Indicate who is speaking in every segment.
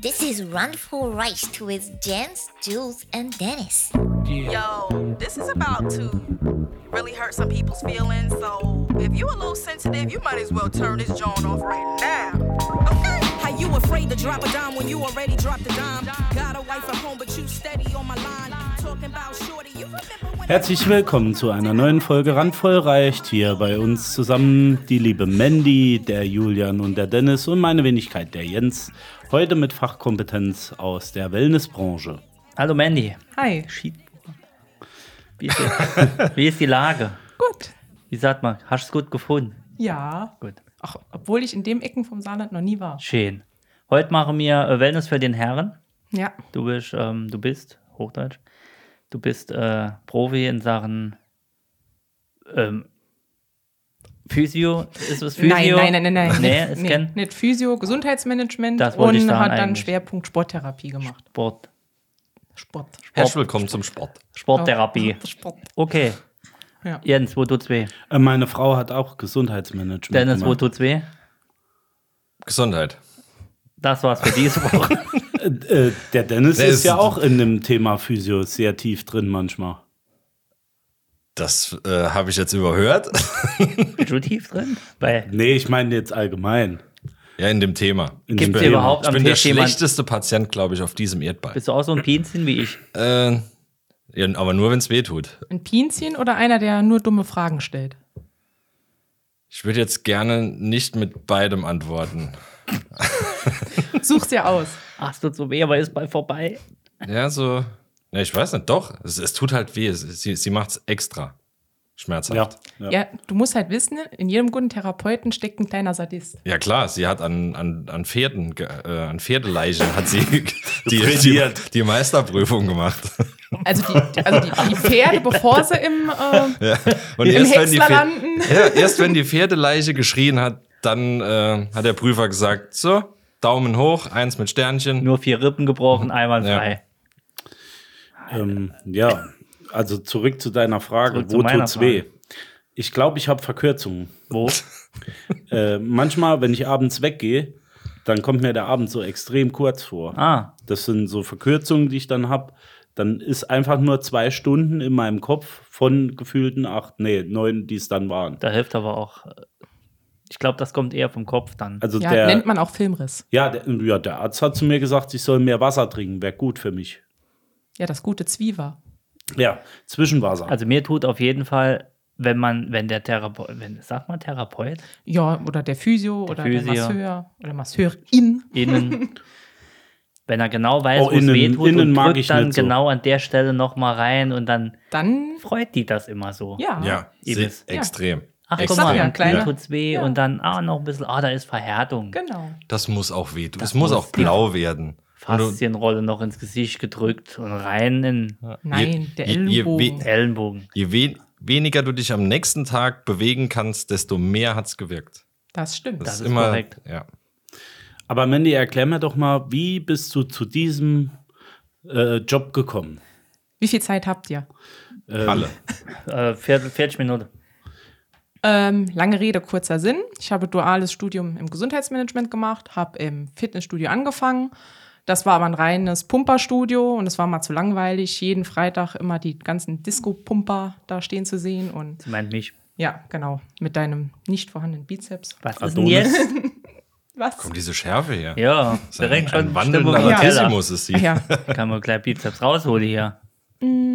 Speaker 1: This is Run for Rice with Jens, Jules, and Dennis.
Speaker 2: Yo, this is about to really hurt some people's feelings. So if you a little sensitive, you might as well turn this joint off right now. Okay?
Speaker 3: How you afraid to drop a dime when you already dropped a dime? Got a wife at home, but you steady on my line. Talking about shorty, you remember when
Speaker 4: Herzlich willkommen zu einer neuen Folge Randvoll reicht. Hier bei uns zusammen die liebe Mandy, der Julian und der Dennis und meine Wenigkeit, der Jens. Heute mit Fachkompetenz aus der Wellnessbranche.
Speaker 5: Hallo Mandy.
Speaker 6: Hi.
Speaker 5: Schied. Wie ist die, wie ist die Lage?
Speaker 6: Gut.
Speaker 5: Wie sagt man? Hast du es gut gefunden?
Speaker 6: Ja.
Speaker 5: Gut.
Speaker 6: Ach, obwohl ich in dem Ecken vom Saarland noch nie war.
Speaker 5: Schön. Heute machen wir äh, Wellness für den Herren.
Speaker 6: Ja.
Speaker 5: Du bist, ähm, du bist, Hochdeutsch, du bist äh, Profi in Sachen ähm, Physio. Ist es Physio?
Speaker 6: Nein, nein, nein, nein, nein.
Speaker 5: Nee,
Speaker 6: Nicht-
Speaker 5: ist
Speaker 6: nee,
Speaker 5: kein
Speaker 6: nicht Physio, Gesundheitsmanagement
Speaker 5: Das
Speaker 6: und
Speaker 5: wollte ich sagen
Speaker 6: hat dann
Speaker 5: eigentlich.
Speaker 6: Schwerpunkt Sporttherapie gemacht.
Speaker 5: Sport,
Speaker 6: Sport.
Speaker 7: Herzlich willkommen zum Sport.
Speaker 5: Sporttherapie.
Speaker 6: Sport.
Speaker 5: Okay.
Speaker 6: Oh. Ja.
Speaker 5: Jens, wo tut's weh?
Speaker 4: Äh, meine Frau hat auch Gesundheitsmanagement.
Speaker 5: Dennis, wo
Speaker 4: gemacht.
Speaker 5: tut's weh?
Speaker 7: Gesundheit.
Speaker 5: Das war's für diese Woche.
Speaker 4: äh, der Dennis
Speaker 7: Der
Speaker 4: ist
Speaker 7: ist-
Speaker 4: ja auch in dem Thema Physio sehr tief drin manchmal.
Speaker 7: Das äh, habe ich jetzt überhört.
Speaker 5: Bist du tief drin? Bei
Speaker 4: Nee, ich meine jetzt allgemein.
Speaker 7: ja, in dem Thema.
Speaker 4: In
Speaker 5: Gibt's
Speaker 4: dem Thema.
Speaker 5: überhaupt
Speaker 7: ich
Speaker 5: am
Speaker 7: bin der
Speaker 5: Tisch jemand?
Speaker 7: schlechteste Patient, glaube ich, auf diesem Erdball.
Speaker 5: Bist du auch so ein Pinzchen wie ich?
Speaker 7: Äh, ja, aber nur, wenn es weh tut.
Speaker 6: Ein Pinzchen oder einer, der nur dumme Fragen stellt?
Speaker 7: Ich würde jetzt gerne nicht mit beidem antworten.
Speaker 6: Such's dir aus.
Speaker 5: Ach, es tut so weh, aber ist bald vorbei.
Speaker 7: Ja, so. Ja, ich weiß nicht, doch. Es, es tut halt weh. Es, sie sie macht es extra
Speaker 4: Ja,
Speaker 7: schmerzhaft.
Speaker 4: ja.
Speaker 6: Ja, du musst halt wissen, in jedem guten Therapeuten steckt ein kleiner Sadist.
Speaker 7: Ja, klar, sie hat an, an, an Pferden, ge- äh, an Pferdeleichen hat sie die, die,
Speaker 4: Gefrisiert.
Speaker 7: die Meisterprüfung gemacht.
Speaker 6: Also die, also die, die Pferde, bevor sie im. Äh,
Speaker 7: Und
Speaker 6: Im
Speaker 7: erst wenn, die
Speaker 6: Häcksler
Speaker 7: Pfer-
Speaker 6: landen.
Speaker 7: ja, erst wenn die Pferdeleiche geschrien hat, dann äh, hat der Prüfer gesagt, so, Daumen hoch, eins mit Sternchen.
Speaker 5: Nur vier Rippen gebrochen, einmal
Speaker 7: Ja.
Speaker 5: frei.
Speaker 4: Ähm, ja, also zurück zu deiner Frage,
Speaker 5: Zurück zu
Speaker 4: wo
Speaker 5: meiner
Speaker 4: tut's weh?
Speaker 5: Frage.
Speaker 4: Ich glaube, ich habe Verkürzungen.
Speaker 5: Wo?
Speaker 4: Äh, manchmal, wenn ich abends weggehe, dann kommt mir der Abend so extrem kurz vor.
Speaker 5: Ah,
Speaker 4: Das sind so Verkürzungen, die ich dann habe. Dann ist einfach nur zwei Stunden in meinem Kopf von gefühlten acht, nee, neun, die es dann waren.
Speaker 5: da hilft aber auch. äh, Ich glaube, das kommt eher vom Kopf dann.
Speaker 4: Also
Speaker 6: ja,
Speaker 4: der,
Speaker 6: nennt man auch Filmriss.
Speaker 4: ja, der, ja, der Arzt hat zu mir gesagt, ich soll mehr Wasser trinken, wäre gut für mich.
Speaker 6: Ja, das gute Zwiever.
Speaker 4: Ja, Zwischenwasser.
Speaker 5: Also mir tut auf jeden Fall, wenn man, wenn der Therapeut, wenn, sag mal Therapeut,
Speaker 6: Ja, oder der Physio oder
Speaker 5: Physio.
Speaker 6: der Masseur oder Masseurin.
Speaker 5: innen, wenn er genau weiß,
Speaker 4: Oh,
Speaker 5: wo es
Speaker 4: innen-
Speaker 5: weh tut
Speaker 4: innen
Speaker 5: und
Speaker 4: mag
Speaker 5: drückt
Speaker 4: ich
Speaker 5: dann
Speaker 4: nicht so.
Speaker 5: genau an der Stelle nochmal rein und dann
Speaker 6: Dann,
Speaker 5: freut die das immer so.
Speaker 6: ja.
Speaker 7: Ja,
Speaker 5: Eben.
Speaker 7: sie, extrem.
Speaker 5: Ah, Ach, guck
Speaker 7: extrem.
Speaker 5: mal,
Speaker 6: Ja,
Speaker 5: ja,
Speaker 6: kleiner.
Speaker 5: kleiner. tut's weh
Speaker 6: Ja.
Speaker 5: und dann, ah, noch ein bisschen, ah, da ist Verhärtung.
Speaker 6: Genau.
Speaker 7: Das muss auch weh tun.
Speaker 5: Das
Speaker 7: Es muss
Speaker 5: muss-
Speaker 7: auch blau werden. Und du-
Speaker 5: Faszienrolle noch ins Gesicht gedrückt und rein in
Speaker 6: Nein,
Speaker 7: Je-
Speaker 6: der
Speaker 7: je- je-
Speaker 6: Ellenbogen.
Speaker 7: wie-
Speaker 5: Ellenbogen.
Speaker 7: Je we weniger du dich am nächsten Tag bewegen kannst, desto mehr hat es gewirkt.
Speaker 6: das stimmt.
Speaker 5: Das ist
Speaker 7: immer,
Speaker 5: korrekt.
Speaker 7: Ja.
Speaker 4: Aber Mandy, erklär mir doch mal, wie bist du zu diesem äh, Job gekommen?
Speaker 6: Wie viel Zeit habt ihr?
Speaker 5: Ähm.
Speaker 7: Alle.
Speaker 5: Äh, 40, 40 Minuten.
Speaker 6: Ähm, lange Rede, kurzer Sinn. Ich habe duales Studium im Gesundheitsmanagement gemacht, habe im Fitnessstudio angefangen. Das war aber ein reines Pumperstudio und es war mal zu langweilig, jeden Freitag immer die ganzen Disco-Pumper da stehen zu sehen. Und
Speaker 5: Sie meint mich.
Speaker 6: ja, genau, mit deinem nicht vorhandenen Bizeps.
Speaker 5: Was ist denn
Speaker 4: Adonis.
Speaker 5: jetzt?
Speaker 6: Was?
Speaker 7: Kommt diese Schärfe her.
Speaker 5: Ja,
Speaker 7: Ist ein-
Speaker 5: direkt schon
Speaker 7: ein wandelnder
Speaker 5: Stimmung im Keller.
Speaker 7: Latissimus ist sie.
Speaker 6: Ach ja,
Speaker 5: Kann man gleich Bizeps rausholen hier.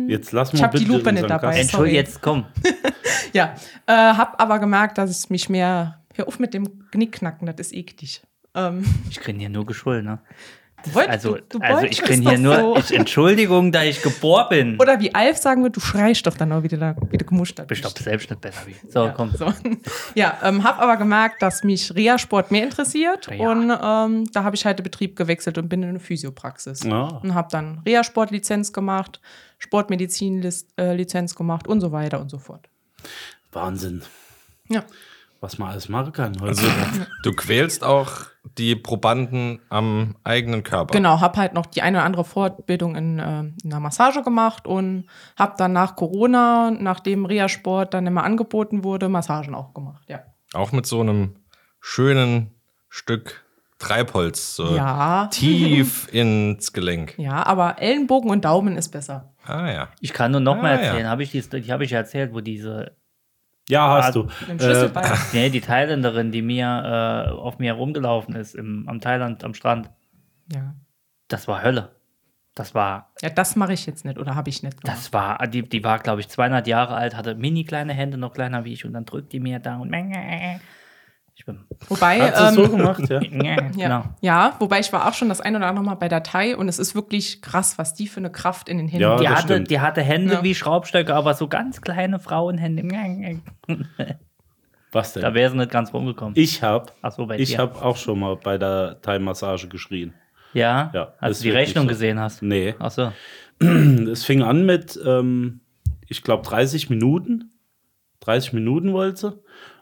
Speaker 4: Jetzt lass mal
Speaker 6: Ich hab die
Speaker 4: bitte
Speaker 6: Lupe nicht
Speaker 4: unseren
Speaker 6: dabei.
Speaker 4: Gast-
Speaker 5: Entschuldigung, jetzt komm.
Speaker 6: ja. Äh, hab aber gemerkt, dass es mich mehr. Hör auf mit dem Knickknacken, das ist eklig. Ähm,
Speaker 5: Ich kriege hier nur Geschuld, ne?
Speaker 6: wollt-
Speaker 5: Also,
Speaker 6: du- du
Speaker 5: also ich
Speaker 6: wolltest
Speaker 5: kriege hier
Speaker 6: das
Speaker 5: nur.
Speaker 6: so.
Speaker 5: Ich, Entschuldigung, da ich geboren bin.
Speaker 6: Oder wie Alf sagen würde, du schreist doch dann auch wieder, da, wie du gemuscht hast.
Speaker 5: Bist doch selbst nicht besser wie. So, komm.
Speaker 6: So. Ja, ähm, habe aber gemerkt, dass mich Reha-Sport mehr interessiert
Speaker 5: Reha.
Speaker 6: und ähm, da habe ich halt den Betrieb gewechselt und bin in eine Physiopraxis.
Speaker 4: Ah.
Speaker 6: Und habe dann Reha-Sport-Lizenz gemacht, Sportmedizin-Lizenz gemacht und so weiter und so fort.
Speaker 4: Wahnsinn,
Speaker 6: Ja,
Speaker 4: was man alles machen kann heute.
Speaker 7: Also, du quälst auch die Probanden am eigenen Körper.
Speaker 6: genau, habe halt noch die eine oder andere Fortbildung in, ähm, in einer Massage gemacht und habe dann nach Corona, nachdem Reha-Sport dann immer angeboten wurde, Massagen auch gemacht, ja.
Speaker 7: Auch mit so einem schönen Stück Treibholz so
Speaker 6: Ja.
Speaker 7: tief ins Gelenk.
Speaker 6: Ja, aber Ellenbogen und Daumen ist besser.
Speaker 7: Ah ja.
Speaker 5: Ich kann nur nochmal
Speaker 7: Ah, ja.
Speaker 5: erzählen, habe ich die, die habe ich ja erzählt, wo diese,
Speaker 4: Ja, hast du.
Speaker 6: Mit dem
Speaker 4: Äh,
Speaker 6: Schlüsselbein.
Speaker 5: nee, die Thailänderin, die mir äh, auf mir rumgelaufen ist im, am Thailand am Strand,
Speaker 6: ja.
Speaker 5: das war Hölle. Das war,
Speaker 6: ja, das mache ich jetzt nicht oder habe ich nicht gemacht.
Speaker 5: das war, ah, die, die war, glaube ich, 200 Jahre alt, hatte mini kleine Hände, noch kleiner wie ich, und dann drückt die mir da und ich bin,
Speaker 6: Wobei,
Speaker 4: Hat sie
Speaker 6: ähm,
Speaker 4: so gemacht, ja.
Speaker 6: ja,
Speaker 5: genau.
Speaker 6: ja, wobei ich war auch schon das ein oder andere Mal bei der Thai und es ist wirklich krass, was die für eine Kraft in den Händen
Speaker 4: Ja.
Speaker 6: hat.
Speaker 5: Die
Speaker 4: das
Speaker 5: hatte,
Speaker 4: stimmt.
Speaker 5: die hatte Hände
Speaker 6: Ja.
Speaker 5: wie Schraubstöcke, aber so ganz kleine Frauenhände.
Speaker 4: Was
Speaker 5: Da
Speaker 4: denn?
Speaker 5: wäre sie nicht ganz rumgekommen.
Speaker 4: Ich habe
Speaker 5: Ach so, bei
Speaker 4: ich
Speaker 5: dir.
Speaker 4: hab auch schon mal bei der Thai-Massage geschrien.
Speaker 5: ja?
Speaker 4: Ja,
Speaker 5: als
Speaker 4: ist
Speaker 5: du die
Speaker 4: wirklich
Speaker 5: Rechnung
Speaker 4: so.
Speaker 5: gesehen hast.
Speaker 4: Nee.
Speaker 5: Ach so.
Speaker 4: Es fing an mit, ähm, ich glaube, 30 Minuten. 30 Minuten wollte sie.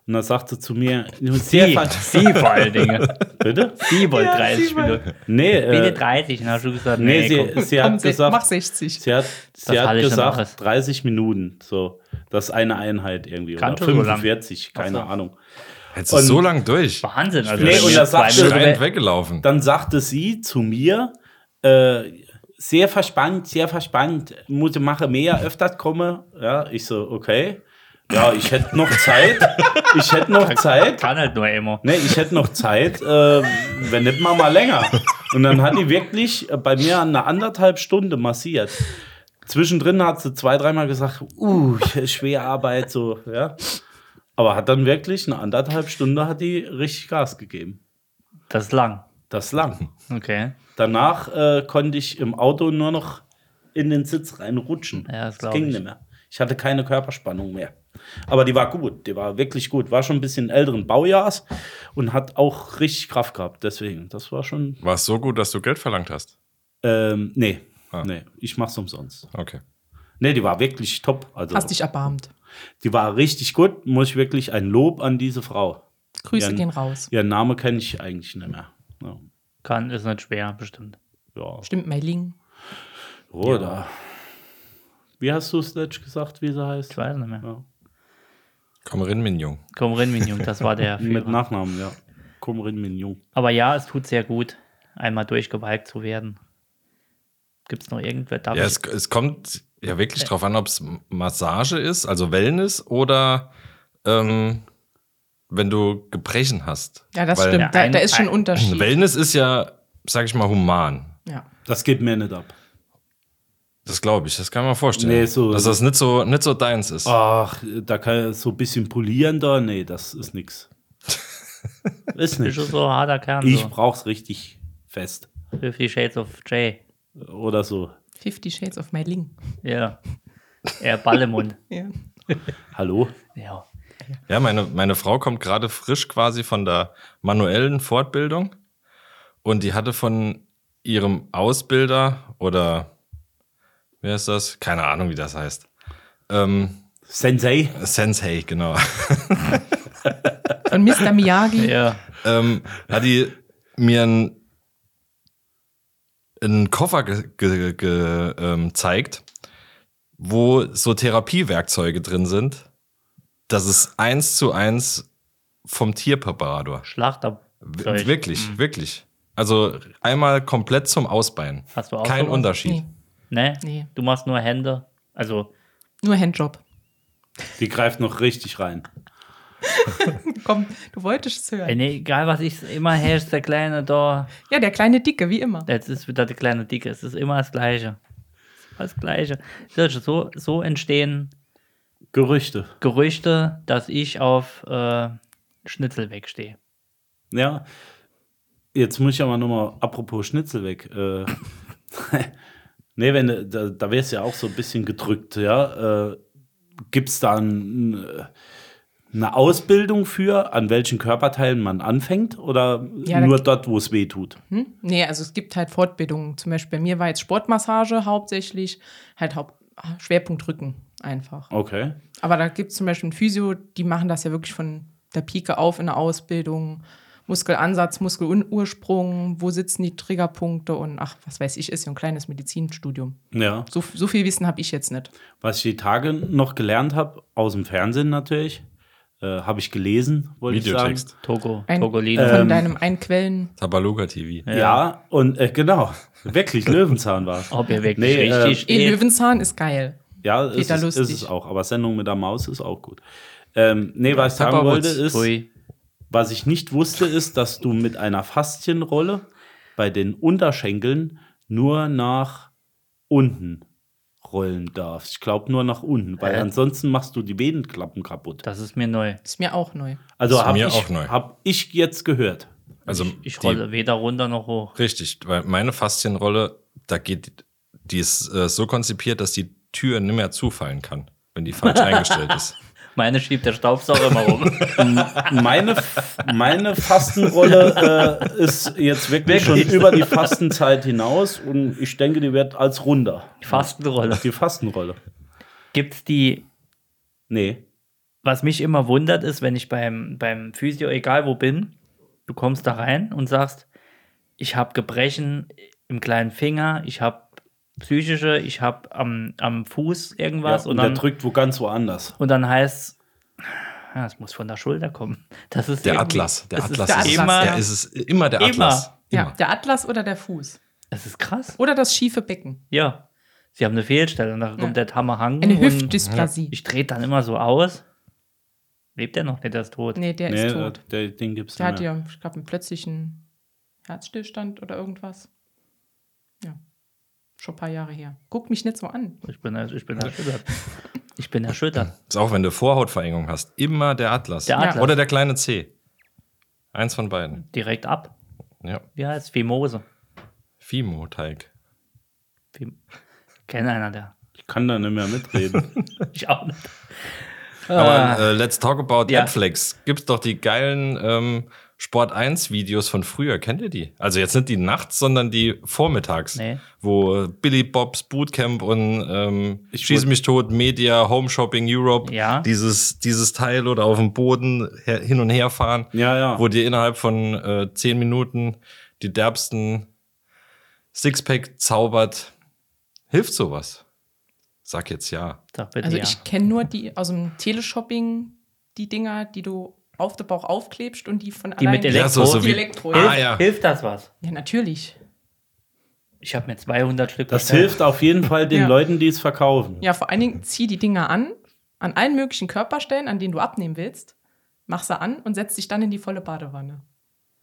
Speaker 4: Und dann sagte sie zu mir, "Du, sehr
Speaker 5: Sie,
Speaker 4: ver-
Speaker 5: sie vor allen Dingen.
Speaker 4: Bitte?
Speaker 5: Sie wollte 30 Minuten.
Speaker 4: Nee,
Speaker 5: Bitte
Speaker 4: äh,
Speaker 5: 30, dann hast du gesagt, nee,
Speaker 4: nee,
Speaker 5: komm.
Speaker 4: sie, sie
Speaker 6: Komm,
Speaker 4: hat
Speaker 6: sech- mach
Speaker 4: gesagt,
Speaker 6: 60.
Speaker 4: sie hat, sie hat
Speaker 5: halte ich dann auch aus.
Speaker 4: gesagt 30 Minuten. So, das ist eine Einheit irgendwie.
Speaker 5: Kann
Speaker 4: oder
Speaker 5: schon so lang.
Speaker 4: 45, keine
Speaker 5: Ach so.
Speaker 4: Ahnung.
Speaker 7: Hättest du so lang durch.
Speaker 5: Wahnsinn. Also
Speaker 4: Nee,
Speaker 5: wenn
Speaker 4: und
Speaker 5: du
Speaker 4: da
Speaker 5: zwei
Speaker 4: sagst du-
Speaker 5: Minuten
Speaker 7: Rein
Speaker 5: wär-
Speaker 7: weggelaufen.
Speaker 4: Dann sagte sie zu mir, äh, sehr verspannt, sehr verspannt, muss mache mehr, öfters komme. Ja, ich so, okay. Ja, ich hätte noch Zeit. Ich hätte noch Zeit.
Speaker 5: kann halt nur immer.
Speaker 4: Nee, ich hätte noch Zeit, äh, wenn nicht mal mal länger. Und dann hat die wirklich äh, bei mir eine anderthalb Stunde massiert. Zwischendrin hat sie zwei, dreimal gesagt, uh, schwere Arbeit, so, ja. Aber hat dann wirklich eine anderthalb Stunde hat die richtig Gas gegeben.
Speaker 5: Das ist lang.
Speaker 4: Das ist lang.
Speaker 5: Okay.
Speaker 4: Danach äh, konnte ich im Auto nur noch in den Sitz reinrutschen.
Speaker 5: Ja, das glaub
Speaker 4: ging
Speaker 5: ich.
Speaker 4: nicht mehr. Ich hatte keine Körperspannung mehr. Aber die war gut, die war wirklich gut. War schon ein bisschen älteren Baujahrs und hat auch richtig Kraft gehabt. Deswegen, das war schon.
Speaker 7: War es so gut, dass du Geld verlangt hast?
Speaker 4: Ähm, nee,
Speaker 7: Ah.
Speaker 4: nee, ich mach's umsonst.
Speaker 7: Okay.
Speaker 4: Nee, die war wirklich top. Also,
Speaker 6: Hast dich erbarmt.
Speaker 4: die war richtig gut. Muss ich wirklich ein Lob an diese Frau.
Speaker 6: Grüße
Speaker 4: Ihren-
Speaker 6: gehen raus.
Speaker 4: Ihren Namen kenne ich eigentlich nicht mehr. Ja.
Speaker 5: Kann, ist nicht schwer, bestimmt.
Speaker 4: ja.
Speaker 6: Stimmt, Meiling.
Speaker 4: Oder. Wie hast du es letztlich gesagt, wie sie heißt?
Speaker 5: Ich weiß nicht mehr.
Speaker 4: Ja.
Speaker 7: Komm rein, Mignon.
Speaker 5: Komm rein, Minion, das war der
Speaker 4: Mit
Speaker 5: Führer.
Speaker 4: Nachnamen, ja. Kumrin Mignon.
Speaker 5: Aber ja, es tut sehr gut, einmal durchgewalkt zu werden. Gibt es noch irgendwer? Darf
Speaker 7: Ja,
Speaker 5: ich
Speaker 7: es, es kommt ja wirklich drauf an, ob es Massage ist, also Wellness oder ähm, wenn du Gebrechen hast.
Speaker 6: Ja, das
Speaker 7: Weil
Speaker 6: stimmt. Da,
Speaker 5: ein-
Speaker 6: da ist schon ein
Speaker 5: ein-
Speaker 6: Unterschied.
Speaker 7: Wellness ist ja, sag ich mal, human.
Speaker 6: Ja.
Speaker 4: Das geht mir nicht ab.
Speaker 7: Das glaube ich, das kann man vorstellen.
Speaker 4: Nee, so-
Speaker 7: dass das nicht so, nicht so deins ist.
Speaker 4: Ach, da kann so ein bisschen polieren da. Nee, das ist nix. Also. Ist
Speaker 5: Ist
Speaker 4: nix.
Speaker 5: schon so ein harter Kern.
Speaker 4: Ich
Speaker 5: so.
Speaker 4: brauch's richtig fest.
Speaker 5: Fifty Shades of Jay.
Speaker 4: Oder so.
Speaker 6: Fifty Shades of Meiling.
Speaker 5: Ja. Er Ballemund.
Speaker 6: Ja.
Speaker 4: Hallo?
Speaker 5: ja.
Speaker 7: Ja, meine, meine Frau kommt gerade frisch quasi von der manuellen Fortbildung und die hatte von ihrem Ausbilder oder wer ist das? Keine Ahnung, wie das heißt. Ähm,
Speaker 4: Sensei?
Speaker 7: Sensei, genau.
Speaker 6: Von Mr. Miyagi.
Speaker 5: Ja.
Speaker 7: ähm, hat die mir einen, einen Koffer gezeigt, ge, ge, ähm, zeigt, wo so Therapiewerkzeuge drin sind. Das ist eins zu eins vom Tierpräparator.
Speaker 5: Schlachter.
Speaker 7: W- Wirklich,
Speaker 5: Mhm.
Speaker 7: wirklich. Also einmal komplett zum Ausbein.
Speaker 5: Hast du auch
Speaker 7: Kein
Speaker 5: sowas?
Speaker 7: Unterschied.
Speaker 6: Nee,
Speaker 5: Ne?
Speaker 6: Nee.
Speaker 5: Du machst nur Hände. Also,
Speaker 6: nur Handjob.
Speaker 4: Die greift noch richtig rein.
Speaker 6: Komm, du wolltest es hören.
Speaker 5: ey, äh, nee, egal was ich immer her ist der kleine da.
Speaker 6: Ja, der kleine Dicke, wie immer.
Speaker 5: Jetzt ist wieder der kleine Dicke. Es ist immer das Gleiche. Das Gleiche. So, so entstehen
Speaker 4: Gerüchte.
Speaker 5: Gerüchte, dass ich auf äh, Schnitzel wegstehe.
Speaker 4: Ja. Jetzt muss ich aber nochmal, apropos Schnitzel weg. Äh, nee, wenn, du- da, da wär's ja auch so ein bisschen gedrückt, ja. Äh, Gibt es da ein, äh, eine Ausbildung für, an welchen Körperteilen man anfängt oder
Speaker 6: Ja, da-
Speaker 4: nur dort, wo es weh tut?
Speaker 6: Hm? Nee, also es gibt halt Fortbildungen. Zum Beispiel bei mir war jetzt Sportmassage hauptsächlich, halt Haupt Schwerpunkt Rücken einfach.
Speaker 4: Okay.
Speaker 6: Aber da gibt es zum Beispiel ein Physio, die machen das ja wirklich von der Pike auf in der Ausbildung. Muskelansatz, Muskelursprung, wo sitzen die Triggerpunkte und ach, was weiß ich, ist ja ein kleines Medizinstudium.
Speaker 4: Ja.
Speaker 6: So, so viel Wissen habe ich jetzt nicht.
Speaker 4: Was ich die Tage noch gelernt habe, aus dem Fernsehen natürlich, äh, habe ich gelesen, wollte ich sagen.
Speaker 7: Videotext.
Speaker 5: Togo,
Speaker 6: Ein-
Speaker 5: Togolino.
Speaker 4: Ähm.
Speaker 6: Von deinem Einquellen.
Speaker 7: Tabaluga TV.
Speaker 4: Ja, und äh, genau, wirklich Löwenzahn war es.
Speaker 5: Ob ihr wirklich
Speaker 4: Nee, äh,
Speaker 5: richtig
Speaker 6: E
Speaker 5: steht.
Speaker 6: Löwenzahn ist geil.
Speaker 4: Ja, ist,
Speaker 6: Peter
Speaker 4: es- ist
Speaker 6: Lustig.
Speaker 4: es auch, aber Sendung mit der Maus ist auch gut. Ähm, nee, was ich sagen
Speaker 7: Pepperwoods,
Speaker 4: wollte ist,
Speaker 5: Ui.
Speaker 4: was ich nicht wusste, ist, dass du mit einer Faszienrolle bei den Unterschenkeln nur nach unten rollen darfst. Ich glaube nur nach unten, weil
Speaker 5: Hä?
Speaker 4: ansonsten machst du die Venenklappen kaputt.
Speaker 5: Das ist mir neu.
Speaker 6: Ist mir auch neu.
Speaker 4: Also
Speaker 7: ist
Speaker 4: habe
Speaker 7: mir
Speaker 4: ich,
Speaker 7: auch neu.
Speaker 4: hab ich jetzt gehört.
Speaker 7: Also
Speaker 5: Ich
Speaker 7: die-
Speaker 5: rolle weder runter noch hoch.
Speaker 7: Richtig, weil meine Faszienrolle, da geht, die ist äh, so konzipiert, dass die Tür nicht mehr zufallen kann, wenn die falsch eingestellt ist.
Speaker 5: Meine schiebt der Staubsauger immer rum.
Speaker 4: Meine, F- meine Fastenrolle äh, ist jetzt wirklich,
Speaker 5: Wirklich?
Speaker 4: schon über die Fastenzeit hinaus und ich denke, die wird als runder.
Speaker 5: Fastenrolle.
Speaker 4: Die Fastenrolle.
Speaker 5: Gibt's die
Speaker 4: Nee.
Speaker 5: was mich immer wundert, ist, wenn ich beim, beim Physio, egal wo bin, du kommst da rein und sagst, ich habe Gebrechen im kleinen Finger, ich habe psychische, ich habe am, am Fuß
Speaker 4: ja,
Speaker 5: irgendwas und,
Speaker 4: und der
Speaker 5: dann,
Speaker 4: drückt wo ganz woanders.
Speaker 5: und dann heißt ja, es muss von der Schulter kommen. Das ist
Speaker 7: Der
Speaker 5: irgendwie-
Speaker 7: Atlas, der
Speaker 5: das
Speaker 7: Atlas
Speaker 5: ist
Speaker 7: ist,
Speaker 5: immer,
Speaker 7: der ist es, immer der
Speaker 5: Immer.
Speaker 7: Atlas.
Speaker 6: Ja, der Atlas oder der Fuß.
Speaker 5: Das ist krass.
Speaker 6: Oder das schiefe Becken.
Speaker 5: Ja, sie haben eine Fehlstellung, da kommt der Tammerhang
Speaker 6: Eine
Speaker 5: und
Speaker 6: Hüftdysplasie.
Speaker 5: ich drehe dann immer so aus. Lebt er noch? Nee, der ist tot.
Speaker 6: Nee, der
Speaker 4: Nee,
Speaker 6: ist tot.
Speaker 4: Der, den gibt's
Speaker 6: Der
Speaker 4: nicht
Speaker 6: hat
Speaker 4: mehr.
Speaker 6: ja, ich glaube, einen plötzlichen Herzstillstand oder irgendwas. Ja. Schon ein paar Jahre her. Guck mich nicht so an.
Speaker 5: Ich bin, ich bin erschüttert. Ich bin erschüttert.
Speaker 7: Ist auch wenn du Vorhautverengung hast, immer der Atlas.
Speaker 5: Der Atlas.
Speaker 7: Oder der kleine C. Eins von beiden.
Speaker 5: Direkt ab.
Speaker 7: Ja.
Speaker 5: Wie heißt Fimose?
Speaker 7: Fimo-Teig.
Speaker 5: Fim Kennt einer der.
Speaker 4: Ich kann da nicht mehr mitreden.
Speaker 5: Ich auch nicht.
Speaker 7: Aber äh, let's talk about
Speaker 5: Ah. Ja.
Speaker 7: Netflix. Gibt's doch die geilen ähm, Sport 1 Videos von früher. Kennt ihr die? Also jetzt nicht die nachts, sondern die vormittags.
Speaker 5: Nee.
Speaker 7: Wo Billy Bobs Bootcamp und ähm, Schieß
Speaker 4: wollt-
Speaker 7: mich tot, Media, Home Shopping Europe,
Speaker 5: Ja.
Speaker 7: dieses, dieses Teil oder auf dem Boden her, hin und her fahren,
Speaker 4: Ja, ja.
Speaker 7: wo dir innerhalb von äh, zehn Minuten die derbsten Sixpack zaubert. Hilft sowas? Sag jetzt ja.
Speaker 5: Sag bitte
Speaker 6: Also
Speaker 5: ja.
Speaker 6: ich kenne nur die aus dem Teleshopping, die Dinger, die du auf den Bauch aufklebst und die von
Speaker 5: Die mit
Speaker 6: allein-
Speaker 5: Elektro-
Speaker 7: ja, so, so
Speaker 5: die
Speaker 7: wie,
Speaker 6: Elektro-
Speaker 7: ah, ja.
Speaker 5: Hilft das was?
Speaker 6: Ja, natürlich.
Speaker 5: Ich habe mir 200 Stück
Speaker 4: Das
Speaker 5: bestellt.
Speaker 4: hilft auf jeden Fall den
Speaker 6: Ja.
Speaker 4: Leuten, die es verkaufen.
Speaker 6: Ja, vor allen Dingen zieh die Dinger an, an allen möglichen Körperstellen, an denen du abnehmen willst, mach sie an und setz dich dann in die volle Badewanne.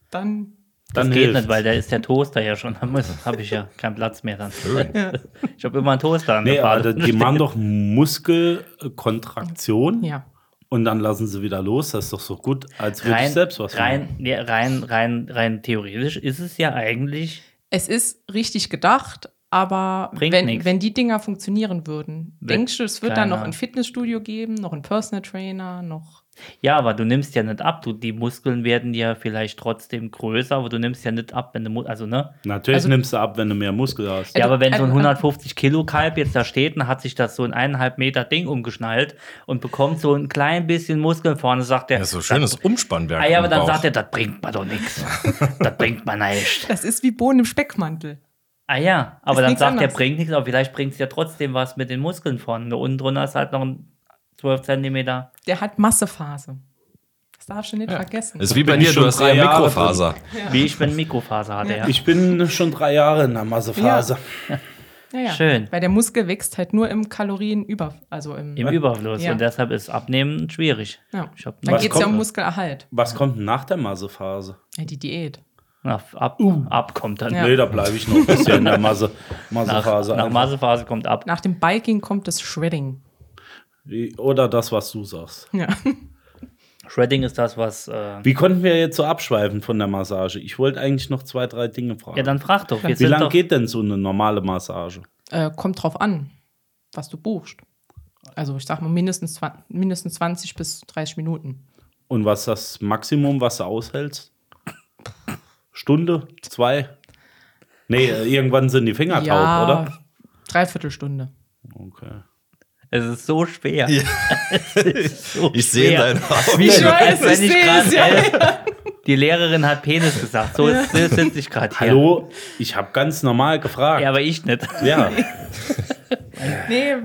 Speaker 6: Dann,
Speaker 4: Dann
Speaker 5: das geht
Speaker 4: hilft.
Speaker 5: nicht, weil da ist der Toaster ja schon. Da habe ich ja keinen Platz mehr dann.
Speaker 7: Schön. also
Speaker 5: Ich habe immer einen Toaster an
Speaker 4: Nee,
Speaker 5: der
Speaker 4: aber
Speaker 5: Bade.
Speaker 4: da- die machen doch Muskelkontraktion
Speaker 6: ja.
Speaker 4: und dann lassen sie wieder los. Das ist doch so gut, als würde ich
Speaker 5: rein,
Speaker 4: selbst was machen.
Speaker 5: rein, nee, rein, rein, rein theoretisch ist es ja eigentlich,
Speaker 6: Es ist richtig gedacht, aber
Speaker 5: Bringt
Speaker 6: wenn,
Speaker 5: nix.
Speaker 6: wenn die Dinger funktionieren würden,
Speaker 5: Wird
Speaker 6: denkst du, es wird dann
Speaker 5: keiner.
Speaker 6: noch ein Fitnessstudio geben, noch ein Personal Trainer, noch.
Speaker 5: ja, aber du nimmst ja nicht ab. Du, die Muskeln werden ja vielleicht trotzdem größer, aber du nimmst ja nicht ab, wenn du, Mu- also ne,
Speaker 4: Natürlich
Speaker 6: Also-
Speaker 4: nimmst du ab, wenn du mehr Muskel hast.
Speaker 5: Ja,
Speaker 6: Also,
Speaker 5: aber wenn so ein
Speaker 6: also,
Speaker 5: 150 Kilo Kalb jetzt da steht, dann hat sich das so ein eineinhalb Meter Ding umgeschnallt und bekommt so ein klein bisschen Muskeln vorne, sagt er.
Speaker 7: Ja, so schönes Umspannwerk.
Speaker 5: Ah ja, aber
Speaker 7: im
Speaker 5: dann
Speaker 7: Bauch.
Speaker 5: sagt er, das bringt man doch nichts. das bringt man nicht.
Speaker 6: Das ist wie Bohnen im Speckmantel.
Speaker 5: Ah ja, aber
Speaker 6: Ist
Speaker 5: dann
Speaker 6: nichts
Speaker 5: sagt er,
Speaker 6: anderes.
Speaker 5: bringt nichts, aber vielleicht bringt es ja trotzdem was mit den Muskeln vorne. Nur unten drunter ist halt noch ein 12 Zentimeter.
Speaker 6: Der hat Massephase. Das darfst du nicht vergessen.
Speaker 7: Ist wie bei
Speaker 4: Bin ich
Speaker 7: dir,
Speaker 4: schon
Speaker 7: du hast
Speaker 4: drei
Speaker 7: ja
Speaker 4: Jahre
Speaker 7: Mikrofaser.
Speaker 5: Wie ich, wenn Mikrofaser hatte. Ja.
Speaker 4: Ich bin schon drei Jahre in der Massephase.
Speaker 6: Ja, ja.
Speaker 5: Schön.
Speaker 6: Weil der Muskel wächst halt nur im Kalorienüber, also im.
Speaker 5: Im Überfluss.
Speaker 6: Ja.
Speaker 5: Und deshalb ist Abnehmen schwierig.
Speaker 6: ja.
Speaker 5: Ich hab
Speaker 6: Dann
Speaker 4: Was
Speaker 6: geht es ja
Speaker 4: kommt-
Speaker 6: um Muskelerhalt.
Speaker 4: Was kommt denn nach der Massephase?
Speaker 6: Ja, die Diät.
Speaker 5: Na, ab,
Speaker 4: Uh.
Speaker 5: abkommt dann.
Speaker 6: Ja.
Speaker 4: Nee, da bleibe ich noch ein bisschen in der Masse,
Speaker 5: Nach,
Speaker 4: Massephase.
Speaker 5: nach
Speaker 4: einfach.
Speaker 5: Massephase kommt ab.
Speaker 6: Nach dem Biking kommt das Shredding.
Speaker 4: Wie- Oder das, was du sagst.
Speaker 6: Ja.
Speaker 5: Shredding ist das, was. Äh,
Speaker 4: Wie konnten wir jetzt so abschweifen von der Massage? Ich wollte eigentlich noch zwei, drei Dinge fragen.
Speaker 5: ja, dann frag doch. Wir
Speaker 4: Wie
Speaker 5: sind
Speaker 4: lange
Speaker 5: doch,
Speaker 4: geht denn so eine normale Massage?
Speaker 6: Äh, kommt drauf an, was du buchst. Also ich sag mal mindestens, zwa- mindestens 20 bis 30 Minuten.
Speaker 4: Und was ist das Maximum, was du aushältst? Stunde? Zwei? Nee, äh, irgendwann sind die Finger taub,
Speaker 6: Dreiviertelstunde.
Speaker 4: oder? Okay.
Speaker 5: Es ist so schwer. es ist so
Speaker 7: Ich sehe
Speaker 5: schwer.
Speaker 7: deine Augen.
Speaker 5: Wie
Speaker 6: Ich
Speaker 5: schön,
Speaker 6: weiß,
Speaker 5: wenn
Speaker 6: ich
Speaker 5: ich
Speaker 6: seh
Speaker 5: grad
Speaker 6: es, ja.
Speaker 5: elf- Die Lehrerin hat Penis gesagt. So ist- so sitze ich gerade hier.
Speaker 4: Hallo, ich habe ganz normal gefragt.
Speaker 5: Ja,
Speaker 4: Ja,
Speaker 5: aber ich nicht.
Speaker 4: ja.
Speaker 6: Nee,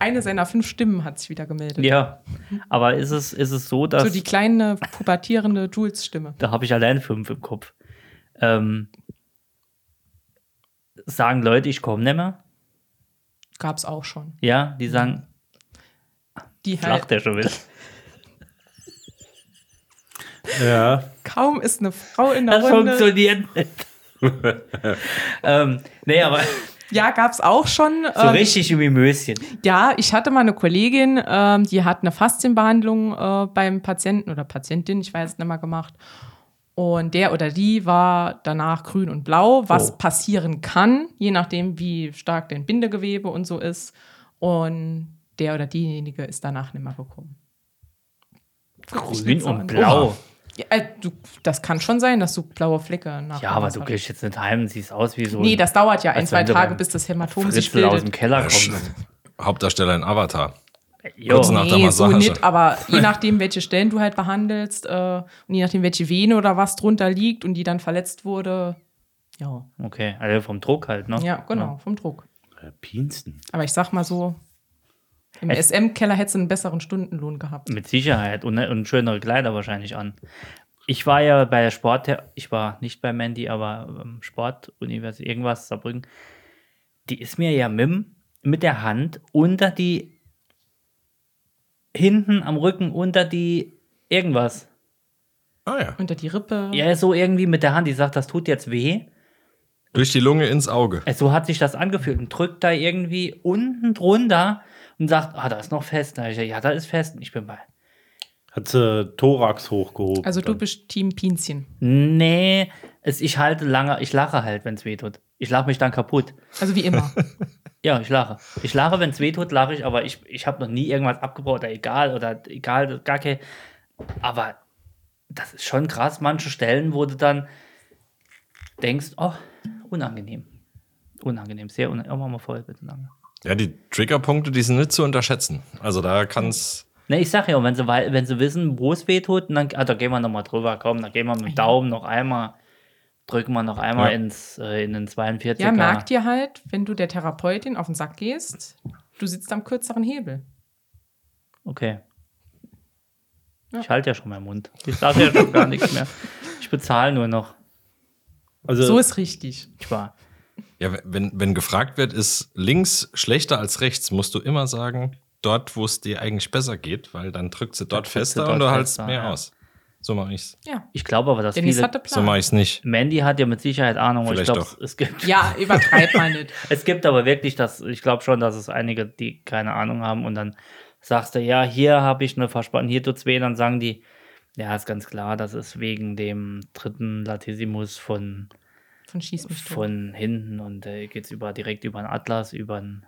Speaker 6: eine seiner fünf Stimmen hat sich wieder gemeldet.
Speaker 5: Ja. Aber ist es, ist es so, dass.
Speaker 6: So die kleine, pubertierende Jules-Stimme.
Speaker 5: da habe ich allein fünf im Kopf. Ähm, sagen Leute, ich komme nicht mehr.
Speaker 6: Gab's auch schon.
Speaker 5: Ja, die sagen,
Speaker 6: Die
Speaker 5: lacht
Speaker 6: halt,
Speaker 5: der schon wieder.
Speaker 4: Ja,
Speaker 6: kaum ist eine Frau in der
Speaker 5: Das
Speaker 6: Runde.
Speaker 5: funktioniert nicht. ähm, nee, aber
Speaker 6: Ja, gab's auch schon.
Speaker 5: so
Speaker 6: ähm,
Speaker 5: richtig im Möschen.
Speaker 6: Ja, ich hatte mal eine Kollegin, ähm, die hat eine Faszienbehandlung äh, beim Patienten oder Patientin, ich weiß nicht mehr, gemacht. Und der oder die war danach grün und blau, was
Speaker 5: Oh.
Speaker 6: passieren kann, je nachdem, wie stark dein Bindegewebe und so ist. Und der oder diejenige ist danach nicht mehr gekommen. Guck mich
Speaker 5: Grün
Speaker 6: nicht so an.
Speaker 5: und blau.
Speaker 6: Ja, äh, du, das kann schon sein, dass du blaue Flecke nach.
Speaker 5: Ja, aber du gehst jetzt nicht heim und siehst aus wie so
Speaker 6: Nee,
Speaker 5: ein
Speaker 6: das dauert ja ein,
Speaker 5: Als
Speaker 6: zwei
Speaker 5: wenn du
Speaker 6: Tage,
Speaker 5: beim
Speaker 6: bis das Hämatom sich
Speaker 5: Fritzel aus dem
Speaker 6: bildet.
Speaker 5: Keller kommst.
Speaker 7: Hauptdarsteller in Avatar.
Speaker 5: Jo,
Speaker 7: kurz nach- der
Speaker 6: Nee, so
Speaker 7: Massage.
Speaker 6: nicht, aber je nachdem, welche Stellen du halt behandelst äh, und je nachdem, welche Vene oder was drunter liegt und die dann verletzt wurde, ja,
Speaker 5: okay, also vom Druck halt, ne?
Speaker 6: ja genau, vom Druck.
Speaker 4: Äh, Piensten.
Speaker 6: Aber ich sag mal so, im
Speaker 5: Es-
Speaker 6: SM-Keller hättest du einen besseren Stundenlohn gehabt.
Speaker 5: Mit Sicherheit und, ne, und schönere Kleider wahrscheinlich an. Ich war ja bei der Sport, ich war nicht bei Mandy, aber ähm, Sportuniversität, irgendwas, Saarbrücken. Die ist mir ja mit, dem- mit der Hand unter die, hinten am Rücken unter die, irgendwas.
Speaker 7: Ah ja.
Speaker 6: Unter die Rippe.
Speaker 5: Ja, so irgendwie mit der Hand, die sagt, das tut jetzt weh.
Speaker 7: Durch die Lunge ins Auge.
Speaker 5: Äh, So hat sich das angefühlt und drückt da irgendwie unten drunter und sagt, ah, da ist noch fest. Da ich, ja, da ist fest. Ich bin bei.
Speaker 4: Hat sie Thorax hochgehoben.
Speaker 6: Also du
Speaker 4: dann.
Speaker 6: bist Team Pinzchen.
Speaker 5: Nee, es, ich halte lange, ich lache halt, wenn es weh tut. Ich lache mich dann kaputt.
Speaker 6: Also wie immer.
Speaker 5: Ja, ich lache. Ich lache, wenn es weh tut, lache ich, aber ich, ich habe noch nie irgendwas abgebaut, oder egal, oder egal, gar kein. Aber das ist schon krass, manche Stellen, wo du dann denkst, oh, unangenehm. Unangenehm, sehr unangenehm. Oh, mach mal voll, bitte lange.
Speaker 7: Ja, die Triggerpunkte, die sind nicht zu unterschätzen. Also da kann's.
Speaker 5: Ne, ich sag ja, wenn sie, wei- wenn sie wissen, wo es weh tut, dann, ah, da gehen wir nochmal drüber, komm, dann gehen wir mit dem Daumen noch einmal, drücken wir noch einmal
Speaker 7: Ja.
Speaker 5: ins, äh, in den 42er.
Speaker 6: ja, merkt ihr halt, wenn du der Therapeutin auf den Sack gehst, du sitzt am kürzeren Hebel.
Speaker 5: Okay. Ich halte ja schon meinen Mund. Ich sage ja schon gar nichts mehr. Ich bezahle nur noch.
Speaker 4: also,
Speaker 6: So ist richtig.
Speaker 5: Ich war.
Speaker 7: Ja, wenn, wenn gefragt wird, ist links schlechter als rechts, musst du immer sagen, dort, wo es dir eigentlich besser geht, weil dann drückt sie dort
Speaker 5: drückt sie
Speaker 7: fester
Speaker 5: dort
Speaker 7: und du haltst
Speaker 5: fester,
Speaker 7: mehr
Speaker 5: ja.
Speaker 7: aus. So mache ich's.
Speaker 6: Ja.
Speaker 5: Ich glaube aber, dass
Speaker 6: Dennis
Speaker 5: viele.
Speaker 6: hatte
Speaker 7: So
Speaker 6: Plan.
Speaker 7: mache ich's nicht.
Speaker 5: Mandy hat ja mit Sicherheit Ahnung, aber ich
Speaker 7: Vielleicht
Speaker 5: glaube,
Speaker 7: doch.
Speaker 5: es gibt.
Speaker 6: ja, übertreib mal nicht.
Speaker 5: Es gibt aber wirklich das, ich glaube schon, dass es einige, die keine Ahnung haben und dann sagst du, ja, hier habe ich eine Verspannung, hier tut's weh, dann sagen die, ja, ist ganz klar, das ist wegen dem dritten Latissimus von,
Speaker 6: Von Schieß mich tot.
Speaker 5: von hinten und äh, geht's über, direkt über den Atlas, über den,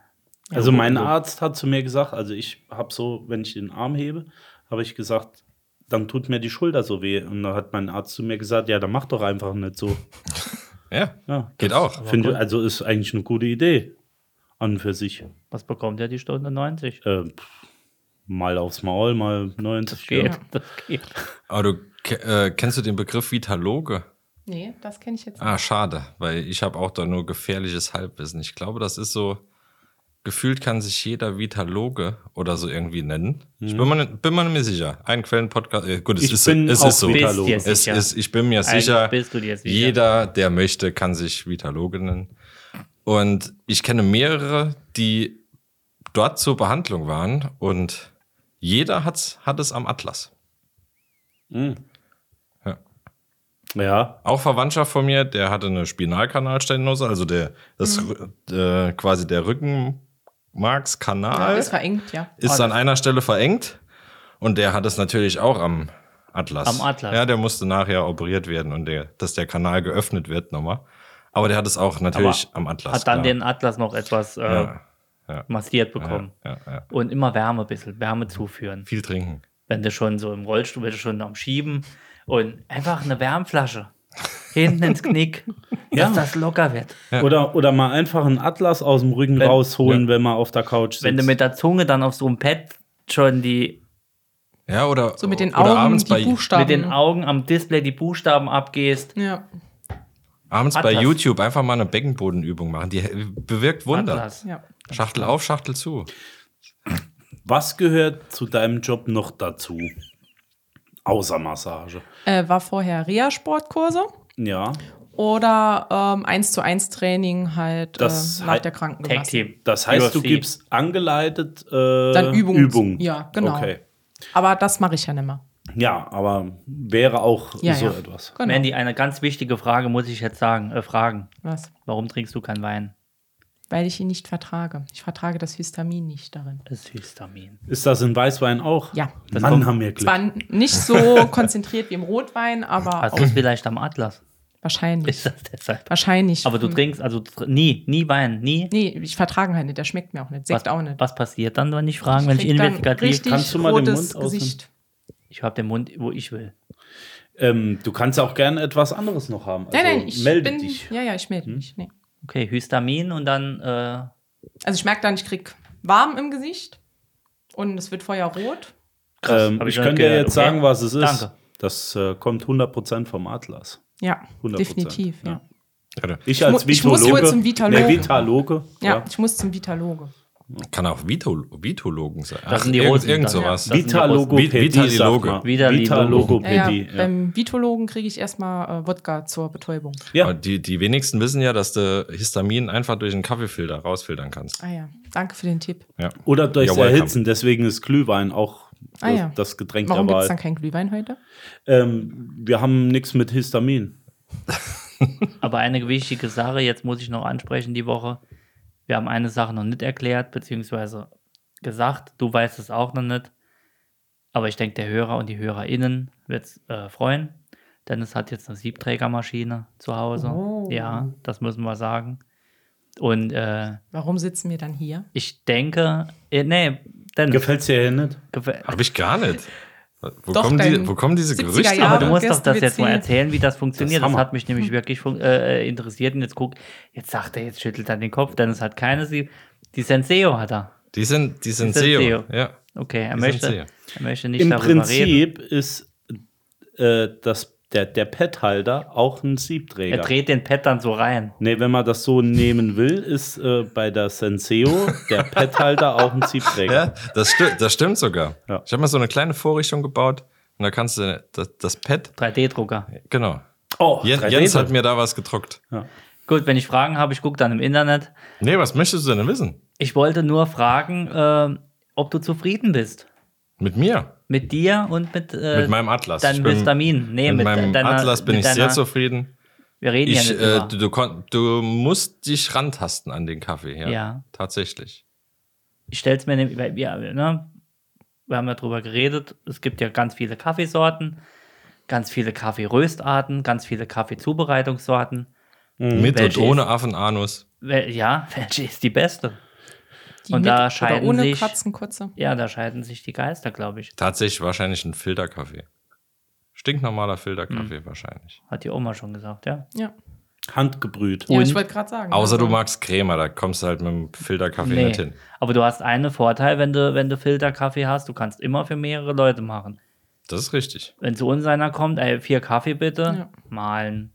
Speaker 4: also mein Arzt hat zu mir gesagt, also ich habe so, wenn ich den Arm hebe, habe ich gesagt, dann tut mir die Schulter so weh. Und da hat mein Arzt zu mir gesagt, ja, dann mach doch einfach nicht so.
Speaker 7: Ja,
Speaker 4: Ja,
Speaker 7: geht auch.
Speaker 4: Finde, also ist eigentlich eine gute Idee an und für sich.
Speaker 5: was bekommt er die Stunde 90?
Speaker 4: Äh, pff, mal aufs Maul, mal 90.
Speaker 5: Geht,
Speaker 4: Ja.
Speaker 5: das geht.
Speaker 7: Aber du ke- äh, kennst du den Begriff Vitaloge?
Speaker 6: Nee, das kenne ich jetzt nicht.
Speaker 7: Ah, schade, weil ich habe auch da nur gefährliches Halbwissen. Ich glaube, das ist so, gefühlt kann sich jeder Vitaloge oder so irgendwie nennen. Ich bin mir, nicht- bin mir nicht mehr sicher. Ein Quellenpodcast, äh, gut, es
Speaker 4: Mhm. Ich
Speaker 7: ist,
Speaker 4: bin
Speaker 7: es
Speaker 4: auch
Speaker 7: ist so.
Speaker 4: Vitaloge.
Speaker 5: Bist
Speaker 7: Es
Speaker 5: sicher.
Speaker 7: ist, ich bin mir sicher,
Speaker 5: bist du dir sicher.
Speaker 7: jeder, der möchte, kann sich Vitaloge nennen. Und ich kenne mehrere, die dort zur Behandlung waren und jeder hat's, hat es am Atlas.
Speaker 4: ja,
Speaker 7: Auch Verwandtschaft von mir, der hatte eine Spinalkanalstenose, also der das
Speaker 6: Mhm.
Speaker 7: Rü- äh, quasi der
Speaker 6: Ja,
Speaker 7: Rückenmarkskanal
Speaker 6: ist verengt, Oh, ja.
Speaker 7: ist an einer Stelle verengt und der hat es natürlich auch am Atlas.
Speaker 5: Am Atlas.
Speaker 7: Ja, der musste nachher operiert werden und der, dass der Kanal geöffnet wird nochmal. Aber der hat es auch natürlich
Speaker 5: Aber
Speaker 7: am Atlas.
Speaker 5: Hat dann
Speaker 7: klar.
Speaker 5: den Atlas noch etwas äh,
Speaker 7: Ja, ja.
Speaker 5: massiert bekommen.
Speaker 7: Ja, ja, ja.
Speaker 5: Und immer Wärme ein bisschen, Wärme zuführen.
Speaker 7: viel trinken.
Speaker 5: wenn du schon so im Rollstuhl bist, schon am Schieben und einfach eine Wärmflasche hinten ins Knick, dass das locker wird.
Speaker 4: Oder, oder mal einfach einen Atlas aus dem Rücken rausholen, wenn man auf der Couch sitzt.
Speaker 5: Wenn du mit der Zunge dann auf so einem Pad schon die
Speaker 7: Ja, oder,
Speaker 6: So mit den
Speaker 7: oder
Speaker 6: Augen,
Speaker 7: abends
Speaker 6: die
Speaker 7: bei,
Speaker 6: Buchstaben.
Speaker 5: mit den Augen am Display die Buchstaben abgehst.
Speaker 6: Ja.
Speaker 7: abends bei
Speaker 5: Atlas.
Speaker 7: YouTube einfach mal eine Beckenbodenübung machen. Die äh, bewirkt Wunder.
Speaker 5: Atlas.
Speaker 6: ja.
Speaker 7: Schachtel auf, Schachtel zu.
Speaker 4: Was gehört zu deinem Job noch dazu? Außer Massage.
Speaker 6: Äh, war vorher Reha-Sportkurse
Speaker 4: Ja,
Speaker 6: oder ähm, 1 zu 1 Training halt
Speaker 4: Das
Speaker 6: äh,
Speaker 4: hei-
Speaker 6: nach der
Speaker 5: Tag
Speaker 6: Krankenkasse.
Speaker 5: Team.
Speaker 4: das heißt, du
Speaker 5: UFC.
Speaker 4: gibst angeleitet äh,
Speaker 6: Dann Übungen.
Speaker 4: Übungen.
Speaker 6: Ja, genau.
Speaker 4: Okay.
Speaker 6: Aber das mache ich ja nicht mehr.
Speaker 4: Ja, aber wäre auch
Speaker 6: Ja,
Speaker 4: so
Speaker 6: ja.
Speaker 4: etwas.
Speaker 6: Genau.
Speaker 5: Mandy, eine ganz wichtige Frage muss ich jetzt sagen, äh, fragen.
Speaker 6: Was?
Speaker 5: Warum trinkst du keinen Wein?
Speaker 6: Weil ich ihn nicht vertrage. Ich vertrage das Histamin nicht darin.
Speaker 5: Das ist Histamin.
Speaker 4: Ist das in Weißwein auch?
Speaker 6: Ja.
Speaker 4: Das Mann, haben wir Glück.
Speaker 6: Zwar nicht so konzentriert wie im Rotwein, aber
Speaker 5: Hast
Speaker 4: Also
Speaker 6: auch
Speaker 5: du es vielleicht am Atlas?
Speaker 6: wahrscheinlich.
Speaker 5: Ist das deshalb?
Speaker 6: Wahrscheinlich.
Speaker 5: Aber du trinkst also tr- nie, nie Wein, nie.
Speaker 6: Hm. Nee, ich vertrage halt nicht. Der schmeckt mir auch nicht.
Speaker 5: was,
Speaker 6: Sekt auch nicht.
Speaker 5: was passiert dann, wenn ich fragen, wenn ich
Speaker 6: Krieg dann
Speaker 5: investigativ
Speaker 6: richtig
Speaker 5: kann?
Speaker 4: Kannst du mal den
Speaker 6: rotes
Speaker 4: Mund ausnehmen?
Speaker 6: Gesicht.
Speaker 5: Ich habe den Mund, wo ich will.
Speaker 4: Ähm, du kannst auch gerne etwas anderes noch haben. Also
Speaker 6: Nein, nein, ich
Speaker 4: melde
Speaker 6: bin,
Speaker 4: dich. Hm?
Speaker 6: Ja, ja, ich melde mich. Nee.
Speaker 5: Okay, Histamin und dann äh,
Speaker 6: Also ich merke dann, ich krieg warm im Gesicht und es wird vorher rot.
Speaker 4: Ähm,
Speaker 5: hab ich
Speaker 4: ich könnte
Speaker 5: noch nicht
Speaker 4: dir
Speaker 5: gehört.
Speaker 4: jetzt
Speaker 5: Okay.
Speaker 4: sagen, was es ist.
Speaker 5: Danke.
Speaker 4: Das äh, kommt 100% vom Atlas.
Speaker 6: Ja,
Speaker 4: 100%.
Speaker 6: definitiv. Ja.
Speaker 4: Ich als
Speaker 6: mu- ich muss
Speaker 4: Vitologe.
Speaker 6: wohl zum Vitalogen.
Speaker 4: Nee, Vitaloge.
Speaker 6: Ja.
Speaker 4: Ja.
Speaker 6: ich muss zum Vitaloge.
Speaker 7: Kann auch Vito, Vitologen sein.
Speaker 5: Das sind die
Speaker 7: irgend,
Speaker 5: Roten
Speaker 7: irgend
Speaker 5: dann,
Speaker 7: sowas.
Speaker 5: ja.
Speaker 4: Vitalogopädie.
Speaker 7: Vitaloge.
Speaker 4: sagt man.
Speaker 5: Vitaloge.
Speaker 6: Ja,
Speaker 4: Vitalogopädie.
Speaker 6: ja, beim Vitologen kriege ich erstmal äh, Wodka zur Betäubung.
Speaker 4: Ja.
Speaker 7: Aber Die, die wenigsten wissen ja, dass du Histamin einfach durch einen Kaffeefilter rausfiltern kannst.
Speaker 6: Ah ja, danke für den Tipp.
Speaker 7: Ja.
Speaker 4: Oder durchs
Speaker 7: You're welcome.
Speaker 4: Erhitzen. Deswegen ist Glühwein auch das,
Speaker 6: Ah, ja.
Speaker 4: das Getränk
Speaker 6: Warum
Speaker 4: der
Speaker 6: gibt es dann
Speaker 4: Wahl.
Speaker 6: keinen Glühwein heute?
Speaker 4: Ähm, wir haben nichts mit Histamin.
Speaker 5: Aber eine wichtige Sache, jetzt muss ich noch ansprechen die Woche. Wir haben eine Sache noch nicht erklärt, beziehungsweise gesagt. Du weißt es auch noch nicht. Aber ich denke, der Hörer und die HörerInnen wird es äh, freuen. Dennis hat jetzt eine Siebträgermaschine zu Hause.
Speaker 6: Oh.
Speaker 5: Ja, das müssen wir sagen. Und äh,
Speaker 6: Warum sitzen wir dann hier?
Speaker 5: ich denke, äh, nee, Dennis,
Speaker 4: Gefällt dir ja nicht?
Speaker 5: gefä-
Speaker 7: Habe ich gar nicht. Wo,
Speaker 6: Doch,
Speaker 7: kommen, die,
Speaker 6: dein
Speaker 7: wo kommen diese
Speaker 6: 70er
Speaker 7: Gerüchte?
Speaker 5: Aber
Speaker 6: Jahre.
Speaker 5: Ah, du
Speaker 7: her?
Speaker 5: musst doch das
Speaker 6: Gäste-WC.
Speaker 5: jetzt mal erzählen, wie das funktioniert.
Speaker 4: Das
Speaker 5: Das,
Speaker 4: ist Hammer.
Speaker 5: hat mich nämlich wirklich fun- äh, äh, interessiert. Und jetzt guck, jetzt sagt er, jetzt schüttelt er den Kopf, denn es hat keine sie. Die Senseo hat er.
Speaker 7: Die sind, die sind
Speaker 5: Die sind
Speaker 7: SEO.
Speaker 5: SEO.
Speaker 7: Ja.
Speaker 5: Okay, er
Speaker 7: Die
Speaker 5: möchte,
Speaker 7: Senseo.
Speaker 5: er möchte nicht
Speaker 4: Im
Speaker 5: darüber reden.
Speaker 4: Prinzip ist äh, das, der, der Pad-Halter auch ein
Speaker 5: Er
Speaker 4: Siebträger.
Speaker 5: dreht den Pad dann so rein.
Speaker 4: Nee, wenn man das so nehmen will, ist äh, bei der Senseo der Pad-Halter auch ein Siebträger.
Speaker 7: ja das, sti das stimmt sogar.
Speaker 4: Ja.
Speaker 7: Ich habe mir so eine kleine Vorrichtung gebaut und da kannst du das, das Pad.
Speaker 5: 3D-Drucker.
Speaker 7: Genau.
Speaker 4: Oh,
Speaker 7: Jens,
Speaker 4: 3D
Speaker 7: Jens hat mir da was gedruckt.
Speaker 5: Gut, wenn ich Fragen habe, ich gucke dann im Internet.
Speaker 7: Nee, was möchtest du denn wissen?
Speaker 5: Ich wollte nur fragen, äh, ob du zufrieden bist.
Speaker 7: Mit mir?
Speaker 5: Mit dir und mit, äh,
Speaker 7: Mit meinem Atlas. Ich
Speaker 5: Deinem
Speaker 7: bin-
Speaker 5: Histamin. Nee,
Speaker 7: mit,
Speaker 5: mit
Speaker 7: meinem
Speaker 5: deiner-
Speaker 7: Atlas bin
Speaker 5: mit
Speaker 7: ich sehr
Speaker 5: deiner-
Speaker 7: zufrieden.
Speaker 5: Wir reden
Speaker 7: Ich,
Speaker 5: ja nicht
Speaker 7: äh,
Speaker 5: über.
Speaker 7: du, du, kon- du musst dich rantasten an den Kaffee. Ja.
Speaker 5: Ja.
Speaker 7: Tatsächlich.
Speaker 5: ich stelle es mir nämlich, weil wir, ne, wir haben ja drüber geredet, es gibt ja ganz viele Kaffeesorten, ganz viele Kaffeeröstarten, ganz viele Kaffeezubereitungssorten.
Speaker 7: Mit und
Speaker 5: Welche
Speaker 7: ohne Affenanus.
Speaker 5: Wel ja, welche ist die beste?
Speaker 6: Die
Speaker 5: Und
Speaker 6: mit
Speaker 5: da
Speaker 6: oder
Speaker 5: scheiden
Speaker 6: ohne
Speaker 5: sich-
Speaker 6: Katzenkotze?
Speaker 5: Ja, da scheiden sich die Geister, glaube ich.
Speaker 7: Tatsächlich wahrscheinlich ein Filterkaffee. Stinknormaler Filterkaffee
Speaker 6: Mhm.
Speaker 7: wahrscheinlich.
Speaker 5: Hat die Oma schon gesagt, ja.
Speaker 6: Ja.
Speaker 4: handgebrüht.
Speaker 6: ja, ich wollte gerade sagen.
Speaker 7: Außer du
Speaker 6: also-
Speaker 7: magst Crema, da kommst du halt mit dem Filterkaffee nicht hin.
Speaker 5: Aber du hast einen Vorteil, wenn du, wenn du Filterkaffee hast, du kannst immer für mehrere Leute machen.
Speaker 7: Das ist richtig.
Speaker 5: Wenn zu uns einer kommt, ey, vier Kaffee bitte,
Speaker 6: Ja.
Speaker 5: malen.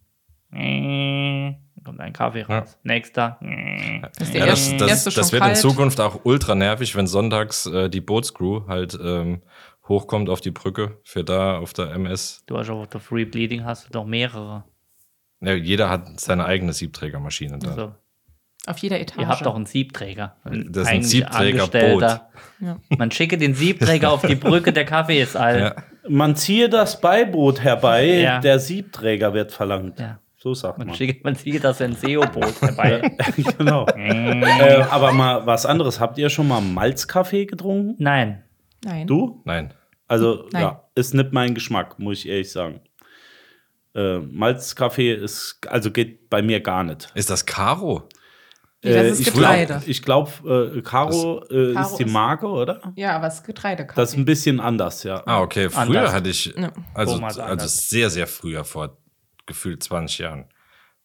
Speaker 5: Äh, Kommt ein Kaffee raus. Nächster. äh.
Speaker 6: Das ist der
Speaker 7: Ja, das,
Speaker 6: erste-
Speaker 7: das,
Speaker 6: erste
Speaker 7: das
Speaker 6: schon
Speaker 7: wird in
Speaker 6: kalt.
Speaker 7: Zukunft auch ultra nervig, wenn sonntags äh, die Bootscrew halt ähm, hochkommt auf die Brücke für da auf der MS.
Speaker 5: Du hast auch der Free Bleeding, hast du doch mehrere.
Speaker 7: Ja, jeder hat seine eigene Siebträgermaschine da.
Speaker 6: Also
Speaker 5: So.
Speaker 6: ne? Auf jeder Etage.
Speaker 5: Ihr habt doch einen Siebträger.
Speaker 7: Das ist ein
Speaker 5: eigentlich
Speaker 7: Siebträgerboot.
Speaker 5: Angestellter.
Speaker 6: Ja.
Speaker 5: Man schicke den Siebträger auf die Brücke, der Kaffee ist alt.
Speaker 4: Man ziehe das Beiboot herbei,
Speaker 5: Ja.
Speaker 4: der Siebträger wird verlangt.
Speaker 5: Ja.
Speaker 4: So sagt man.
Speaker 5: Man, schicke, man schicke das in ein SEO-Boot herbei.
Speaker 4: genau. äh, aber mal was anderes. Habt ihr schon mal Malzkaffee getrunken?
Speaker 5: Nein,
Speaker 6: Nein.
Speaker 4: Du?
Speaker 7: Nein.
Speaker 4: Also,
Speaker 6: Nein.
Speaker 4: ja, ist nicht mein Geschmack, muss ich ehrlich sagen. Äh, Malzkaffee ist, also geht bei mir gar nicht.
Speaker 7: Ist das Karo?
Speaker 6: Nee, das
Speaker 4: Äh,
Speaker 6: ist
Speaker 4: ich
Speaker 6: Getreide.
Speaker 4: glaub- Ich glaube, äh, Caro, äh,
Speaker 6: Caro
Speaker 4: ist die
Speaker 6: ist-
Speaker 4: Marke, oder?
Speaker 6: Ja, aber es ist Getreidekaffee.
Speaker 4: Das ist ein bisschen anders, ja.
Speaker 7: Ah, okay. Früher
Speaker 5: Anders.
Speaker 7: hatte ich, also,
Speaker 5: Thomas
Speaker 7: also
Speaker 5: anders.
Speaker 7: sehr, sehr früher, vor gefühlt 20 Jahren,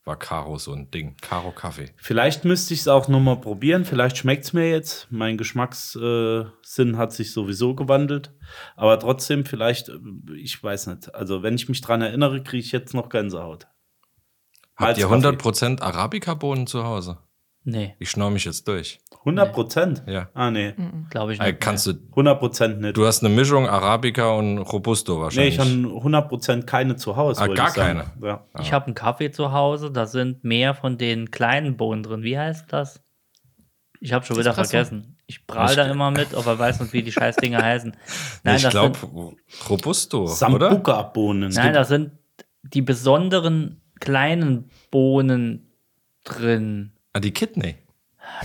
Speaker 7: war Karo so ein Ding. Karo Kaffee.
Speaker 4: Vielleicht müsste ich es auch nochmal probieren. Vielleicht schmeckt es mir jetzt. Mein Geschmackssinn äh, hat sich sowieso gewandelt. Aber trotzdem, vielleicht, äh, ich weiß nicht. Also, wenn ich mich dran erinnere, kriege ich jetzt noch Gänsehaut.
Speaker 7: Habt ihr
Speaker 4: Malzkaffee.
Speaker 7: 100% Arabica-Bohnen zu Hause?
Speaker 5: Nee,
Speaker 7: Ich schnorre mich jetzt durch.
Speaker 4: 100 Prozent?
Speaker 7: Ja.
Speaker 4: Ah, nee.
Speaker 5: glaube ich
Speaker 7: Äh,
Speaker 5: nicht.
Speaker 7: kannst du,
Speaker 4: 100 Prozent nicht.
Speaker 7: du hast eine Mischung Arabica und Robusto
Speaker 4: nee,
Speaker 7: wahrscheinlich.
Speaker 4: ich habe 100 Prozent keine zu Hause.
Speaker 7: Ah,
Speaker 4: wollte
Speaker 7: gar
Speaker 4: ich sagen.
Speaker 7: keine?
Speaker 4: Ja.
Speaker 5: Ich habe einen Kaffee zu Hause, da sind mehr von den kleinen Bohnen drin. Wie heißt das? Ich habe schon wieder
Speaker 6: Espresso.
Speaker 5: vergessen. Ich prahl da immer mit, aber weiß nicht, wie die Scheißdinger heißen. Nein,
Speaker 7: ich
Speaker 5: das
Speaker 7: glaube,
Speaker 5: sind,
Speaker 7: Robusto, oder?
Speaker 4: Sambuca-Bohnen.
Speaker 5: nein, das sind die besonderen kleinen Bohnen drin.
Speaker 7: Ah, die Kidney.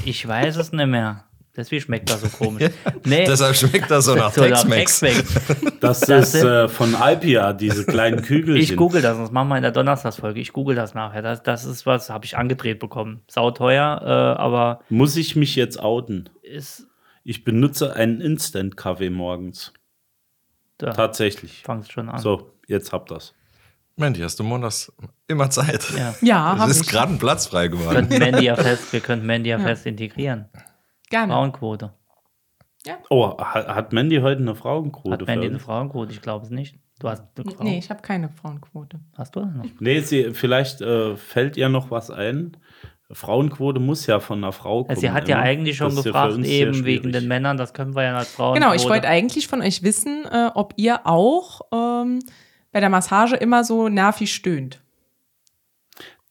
Speaker 5: Ich weiß es nicht mehr. Deswegen schmeckt das so komisch. Nee,
Speaker 7: Deshalb schmeckt das so nach
Speaker 5: so nach
Speaker 7: Tex-Mex.
Speaker 5: Tex-Mex.
Speaker 4: Das,
Speaker 5: Das
Speaker 4: ist
Speaker 5: sind-
Speaker 4: äh, von Alpia, diese kleinen Kügelchen.
Speaker 5: Ich google das, das machen wir in der Donnerstagsfolge. Ich google das nachher. Das, das ist was, habe ich angedreht bekommen. Sauteuer, äh, aber
Speaker 4: Muss ich mich jetzt outen?
Speaker 5: ist.
Speaker 4: Ich benutze einen Instant-Kaffee morgens.
Speaker 5: Da.
Speaker 4: Tatsächlich.
Speaker 5: fangst schon an.
Speaker 4: So, jetzt habt das.
Speaker 7: Mandy, hast du montags immer Zeit?
Speaker 5: Ja.
Speaker 6: Ja,
Speaker 7: Es
Speaker 6: habe
Speaker 7: ist
Speaker 6: Ah, ich.
Speaker 7: gerade ein Platz frei
Speaker 5: Wir
Speaker 7: geworden.
Speaker 5: könnten Mandy ja fest, wir könnten Mandy ja fest integrieren.
Speaker 6: Gerne.
Speaker 5: Frauenquote.
Speaker 4: Oh, ha- hat Mandy heute eine Frauenquote?
Speaker 5: Hat Mandy
Speaker 4: Folge?
Speaker 5: eine Frauenquote? Ich glaube es nicht. Du hast eine Frau.
Speaker 6: Nee, ich habe keine Frauenquote.
Speaker 5: Hast du eine?
Speaker 4: nee, sie, vielleicht äh, fällt ihr noch was ein. Frauenquote muss ja von einer Frau kommen.
Speaker 5: Also sie hat ja
Speaker 4: immer.
Speaker 5: eigentlich schon
Speaker 4: ne? Das ist ja für
Speaker 5: gefragt,
Speaker 4: uns sehr
Speaker 5: eben
Speaker 4: schwierig.
Speaker 5: wegen den Männern, das können wir ja als Frauen.
Speaker 6: Genau, ich wollte eigentlich von euch wissen, äh, ob ihr auch ähm, bei der Massage immer so nervig stöhnt.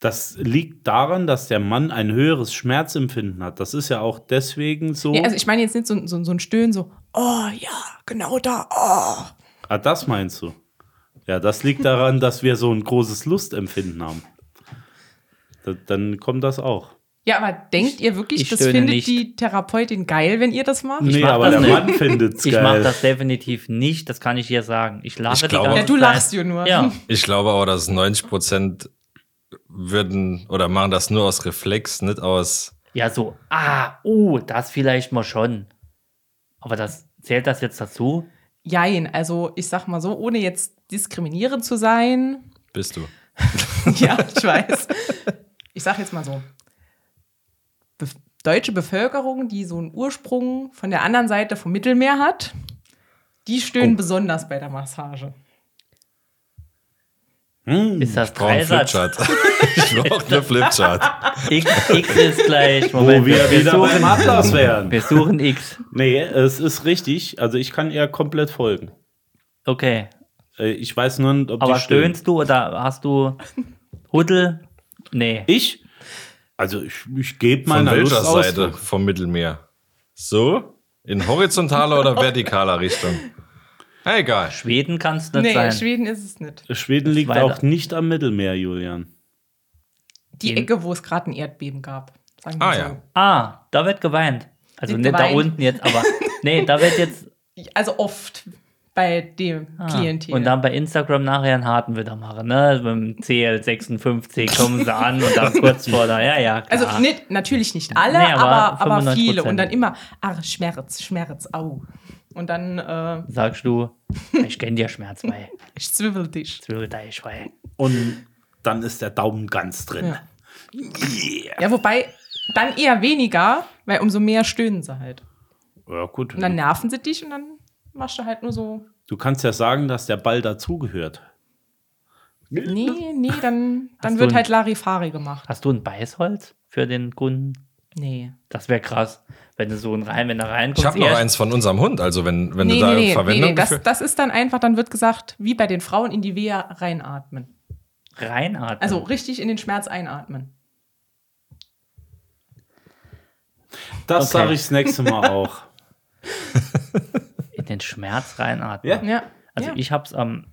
Speaker 4: Das liegt daran, dass der Mann ein höheres Schmerzempfinden hat. Das ist ja auch deswegen so.
Speaker 5: Oh.
Speaker 6: Ja, also ich meine jetzt nicht so, so, so ein Stöhnen, so, oh ja, genau da, oh.
Speaker 4: ah, das meinst du? Ja, das liegt daran, dass wir so ein großes Lustempfinden haben. Da, dann kommt das auch.
Speaker 6: Ja, aber denkt ihr wirklich,
Speaker 5: ich
Speaker 6: das
Speaker 5: stöhne
Speaker 6: findet
Speaker 5: nicht.
Speaker 6: die Therapeutin geil, wenn ihr das macht?
Speaker 4: nee,
Speaker 5: mach
Speaker 4: aber der
Speaker 5: das nicht.
Speaker 4: Mann findet es
Speaker 5: Ich mache
Speaker 4: geil.
Speaker 5: das definitiv nicht, das kann ich hier sagen. Ich lache
Speaker 7: Ich
Speaker 5: die
Speaker 7: glaube-
Speaker 5: ganze
Speaker 7: Ja,
Speaker 6: du
Speaker 5: Zeit.
Speaker 6: lachst ja nur.
Speaker 5: Ja,
Speaker 7: Ich glaube aber, dass 90 Prozent würden oder machen das nur aus Reflex, nicht aus.
Speaker 5: ja so, ah, uh, das vielleicht mal schon. Aber das zählt das jetzt dazu?
Speaker 6: Jein, also ich sag mal so, ohne jetzt diskriminierend zu sein.
Speaker 7: Bist du?
Speaker 6: ja, ich weiß. Ich sag jetzt mal so. Be deutsche Bevölkerung, die so einen Ursprung von der anderen Seite vom Mittelmeer hat, die
Speaker 7: Oh.
Speaker 6: stöhnen besonders bei der Massage.
Speaker 5: Ist das
Speaker 7: Ich brauche einen
Speaker 5: Dreisatz?
Speaker 7: Flipchart. ich brauche eine Flipchart.
Speaker 5: X, X ist gleich.
Speaker 4: Wo
Speaker 5: Moment,
Speaker 4: wir wieder beim Atlas wären.
Speaker 5: wir suchen X.
Speaker 4: Nee, es ist richtig. Also ich kann ihr komplett folgen.
Speaker 5: Okay.
Speaker 4: Äh, Ich weiß nur nicht, ob
Speaker 5: Aber
Speaker 4: die stöhnen.
Speaker 5: stöhnst du oder hast du Huddel? Nee.
Speaker 4: Ich? Also ich, ich gebe
Speaker 7: Von
Speaker 4: meiner Lust
Speaker 7: welcher Seite
Speaker 4: Seite?
Speaker 7: vom Mittelmeer? So? In horizontaler oder vertikaler Richtung? Egal.
Speaker 5: Schweden kannst du nicht
Speaker 6: Nee,
Speaker 5: sein.
Speaker 6: in Schweden ist es nicht.
Speaker 4: Schweden liegt
Speaker 5: weiter.
Speaker 4: auch nicht am Mittelmeer, Julian.
Speaker 6: Die
Speaker 5: In-
Speaker 6: Ecke, wo es gerade ein Erdbeben gab. Sagen wir
Speaker 7: Ah
Speaker 6: so.
Speaker 7: ja.
Speaker 5: Ah, da wird geweint. Also
Speaker 6: Wird
Speaker 5: nicht da
Speaker 6: geweint.
Speaker 5: unten jetzt, aber nee, da wird jetzt
Speaker 6: Also oft bei dem
Speaker 5: ah,
Speaker 6: Klientel.
Speaker 5: und dann bei Instagram nachher einen harten wieder machen, ne? Mit dem CL56 kommen sie an und dann kurz vor da. Ja, ja, klar.
Speaker 6: also
Speaker 7: Ah.
Speaker 6: nicht, natürlich nicht alle,
Speaker 5: Nee, aber
Speaker 6: aber, aber,
Speaker 5: 95%.
Speaker 6: viele. Und dann immer, ach, Schmerz, Schmerz, au. Und dann, äh,
Speaker 5: Sagst du, ich kenn dir Schmerz bei.
Speaker 6: ich zwiebel dich.
Speaker 5: Zwirbel da ich bei.
Speaker 4: Und dann ist der Daumen ganz drin.
Speaker 6: Ja. Ja, wobei dann eher weniger, weil umso mehr stöhnen sie halt.
Speaker 4: Ja, gut.
Speaker 6: Und dann nerven sie dich und dann machst du halt nur so,
Speaker 4: Du kannst ja sagen, dass der Ball dazugehört.
Speaker 6: nee, ne? nee, dann, dann
Speaker 5: du
Speaker 6: wird
Speaker 5: ein-
Speaker 6: halt Larifari gemacht.
Speaker 5: Hast du ein Beißholz für den Kunden?
Speaker 6: Nee.
Speaker 5: Das wäre krass, wenn du so ein rein, wenn du reinkommst.
Speaker 7: Ich habe noch
Speaker 5: erst-
Speaker 7: eins von unserem Hund, also wenn, wenn
Speaker 6: Nee,
Speaker 7: du da
Speaker 6: nee, nee, nee,
Speaker 7: Verwendung
Speaker 6: nee. Das,
Speaker 7: für-
Speaker 6: das ist dann einfach, dann wird gesagt, wie bei den Frauen in die Wehe reinatmen.
Speaker 5: Reinatmen.
Speaker 6: Also richtig in den Schmerz einatmen.
Speaker 4: Das
Speaker 5: Okay.
Speaker 4: sage ich das nächste Mal auch.
Speaker 5: in den Schmerz reinatmen.
Speaker 4: Ja.
Speaker 6: Ja.
Speaker 5: Also
Speaker 6: ja.
Speaker 5: ich hab's am.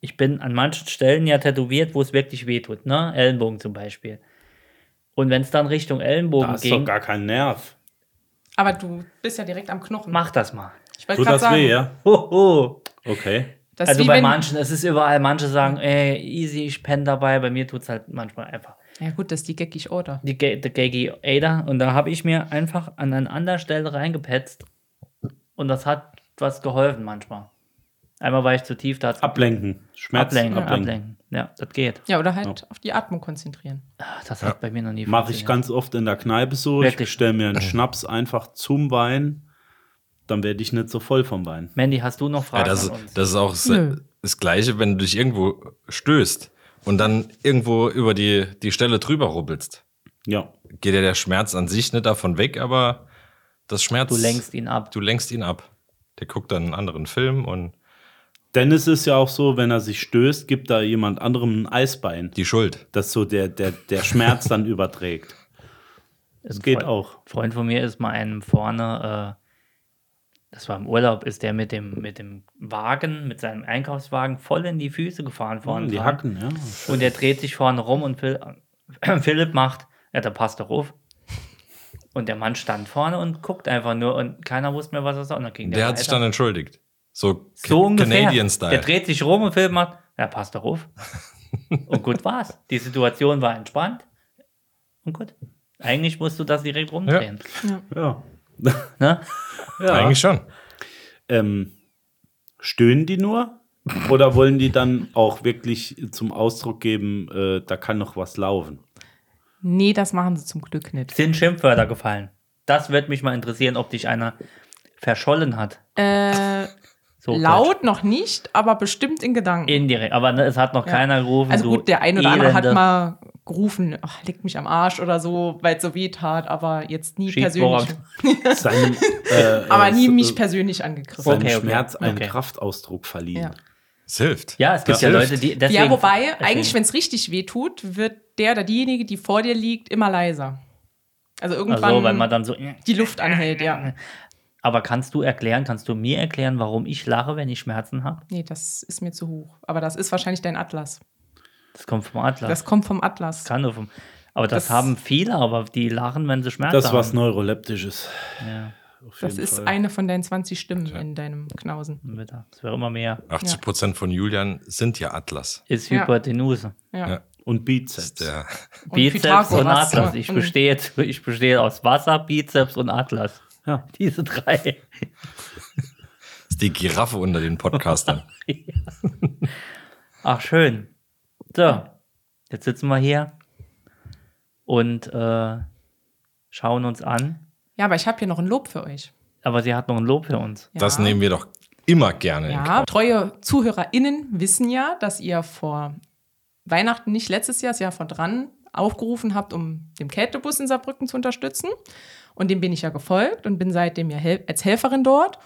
Speaker 5: Ich bin an manchen Stellen ja tätowiert, wo es wirklich wehtut, ne? Ellenbogen zum Beispiel. Und wenn es dann Richtung
Speaker 4: Da
Speaker 5: Ellenbogen
Speaker 4: ist doch
Speaker 5: ging,
Speaker 4: gar kein Nerv.
Speaker 6: Aber du bist ja direkt am Knochen.
Speaker 5: mach das mal.
Speaker 6: Ich wollte
Speaker 4: Tut
Speaker 6: gerade
Speaker 4: das
Speaker 6: sagen,
Speaker 4: weh, ja?
Speaker 5: Hoho.
Speaker 4: Okay.
Speaker 6: das ist
Speaker 5: also
Speaker 6: wie
Speaker 5: bei
Speaker 6: wenn-
Speaker 5: manchen, es ist überall, manche sagen, ey, easy, ich penne dabei, bei mir tut's halt manchmal einfach.
Speaker 6: Ja gut, das ist die geckig Order.
Speaker 5: Die Ga- die Gaggy Ada und da habe ich mir einfach an einer anderen Stelle reingepetzt und das hat was geholfen manchmal. Einmal war ich zu tief, da hat's
Speaker 4: Ablenken. Schmerz.
Speaker 5: ablenken, ablenken. Ja, das geht.
Speaker 6: Ja, oder halt auf die Atmung konzentrieren.
Speaker 5: Ah, Das hat bei mir noch nie
Speaker 4: Mache ich ganz oft in der Kneipe so. Ich
Speaker 5: Wirklich?
Speaker 4: bestelle mir
Speaker 6: Äh.
Speaker 4: einen Schnaps einfach zum Wein. Dann werde ich nicht so voll vom Wein.
Speaker 5: Mandy, hast du noch
Speaker 7: Ja,
Speaker 5: Fragen
Speaker 7: das, ist-
Speaker 5: an uns?
Speaker 7: das ist auch se-
Speaker 6: Nö.
Speaker 7: das Gleiche, wenn du dich irgendwo stößt und dann irgendwo über die, die Stelle drüber rubbelst.
Speaker 4: Ja.
Speaker 7: geht ja der Schmerz an sich nicht davon weg, aber das Schmerz.
Speaker 5: Du lenkst ihn ab.
Speaker 7: Du lenkst ihn ab. Der guckt dann einen anderen Film und
Speaker 4: Dennis ist ja auch so, wenn er sich stößt, gibt da jemand anderem ein Eisbein,
Speaker 7: die Schuld.
Speaker 4: dass so der, der, der Schmerz dann überträgt.
Speaker 5: Es
Speaker 4: geht auch.
Speaker 5: Freund von mir ist mal einem vorne, äh, das war im Urlaub, ist der mit dem, mit dem Wagen, mit seinem Einkaufswagen voll in die Füße gefahren vorne.
Speaker 4: Die
Speaker 5: dran.
Speaker 4: Hacken, ja.
Speaker 5: Und der dreht sich vorne rum und Phil, Philipp macht, ja, da passt doch auf. Und der Mann stand vorne und guckt einfach nur und keiner wusste mehr, was er sagt. Und dann ging
Speaker 7: Der,
Speaker 5: der,
Speaker 7: hat sich dann
Speaker 5: weiter.
Speaker 7: entschuldigt. So,
Speaker 5: so ungefähr.
Speaker 7: Canadian-Style.
Speaker 5: Der dreht sich rum und Philipp macht, ja, passt doch auf. und gut war's. Die Situation war entspannt. Und gut. Eigentlich musst du das direkt rumdrehen.
Speaker 4: ja.
Speaker 5: Ne?
Speaker 4: ja.
Speaker 7: Eigentlich schon.
Speaker 4: Ähm, stöhnen die nur? Oder wollen die dann auch wirklich zum Ausdruck geben, äh, da kann noch was laufen?
Speaker 6: Nee, das machen sie zum Glück nicht.
Speaker 5: Sind Schimpfwörter gefallen? Das wird mich mal interessieren, ob dich einer verschollen hat.
Speaker 6: Äh,
Speaker 5: So Deutsch.
Speaker 6: laut noch nicht, aber bestimmt in Gedanken.
Speaker 5: Indirekt. Aber ne, es hat noch keiner gerufen.
Speaker 6: also
Speaker 5: du
Speaker 6: gut, der ein oder andere
Speaker 5: Elende.
Speaker 6: hat mal gerufen, ach, leck mich am Arsch oder so, weil es so weh tat, aber jetzt nie
Speaker 5: Schieß
Speaker 6: persönlich.
Speaker 5: woran.
Speaker 4: Seinem, äh,
Speaker 6: Aber
Speaker 4: äh,
Speaker 6: nie
Speaker 4: so-
Speaker 6: mich persönlich angegriffen.
Speaker 5: Okay,
Speaker 4: seinem
Speaker 5: okay.
Speaker 4: Schmerz einen
Speaker 5: Okay.
Speaker 4: Kraftausdruck verliehen.
Speaker 6: Ja.
Speaker 7: Es hilft.
Speaker 5: Ja, es gibt
Speaker 7: Das
Speaker 5: ja
Speaker 7: hilft.
Speaker 5: Leute, die. Deswegen,
Speaker 6: ja, wobei,
Speaker 5: deswegen.
Speaker 6: eigentlich, wenn es richtig weh tut, wird der oder diejenige, die vor dir liegt, immer leiser. Also
Speaker 5: Also,
Speaker 6: irgendwann
Speaker 5: weil man dann so.
Speaker 6: die Luft anhält, ja.
Speaker 5: Aber kannst du erklären, kannst du mir erklären, warum ich lache, wenn ich Schmerzen habe?
Speaker 6: Nee, das ist mir zu hoch. Aber das ist wahrscheinlich dein Atlas.
Speaker 5: Das kommt vom Atlas.
Speaker 6: Das kommt vom Atlas.
Speaker 5: kann nur vom. Aber das,
Speaker 6: Das-
Speaker 5: haben viele, aber die lachen, wenn sie Schmerzen
Speaker 4: Das ist
Speaker 5: haben.
Speaker 4: was Neuroleptisches.
Speaker 5: Ja,
Speaker 4: Auf
Speaker 6: Das
Speaker 4: jeden
Speaker 6: ist
Speaker 4: Fall.
Speaker 6: eine von deinen 20 Stimmen in deinem Knausen.
Speaker 5: Mütter. Das wäre immer mehr.
Speaker 7: 80 Prozent von Julian sind ja Atlas.
Speaker 5: Ist
Speaker 6: Ja.
Speaker 5: Hypertenuse.
Speaker 6: Ja.
Speaker 7: Ja.
Speaker 4: Und Bizeps.
Speaker 7: Der,
Speaker 5: Bizeps und
Speaker 6: Pythagoras.
Speaker 5: Atlas. Ich
Speaker 6: Und-
Speaker 5: bestehe, jetzt- ich bestehe aus Wasser, Bizeps und Atlas.
Speaker 4: Ja.
Speaker 5: Diese drei.
Speaker 7: ist die Giraffe unter den Podcastern.
Speaker 5: Ach, schön. So, jetzt sitzen wir hier und äh, schauen uns an.
Speaker 6: Ja, aber ich habe hier noch ein Lob für euch.
Speaker 5: Aber sie hat noch ein Lob für uns.
Speaker 6: Ja.
Speaker 7: Das nehmen wir doch immer gerne in
Speaker 6: Ja,
Speaker 7: Kauf.
Speaker 6: treue ZuhörerInnen wissen ja, dass ihr vor Weihnachten, nicht letztes Jahr, das Jahr vor dran, aufgerufen habt, um den Kältebus in Saarbrücken zu unterstützen. Und dem bin ich ja gefolgt und bin seitdem ja hel als Helferin dort.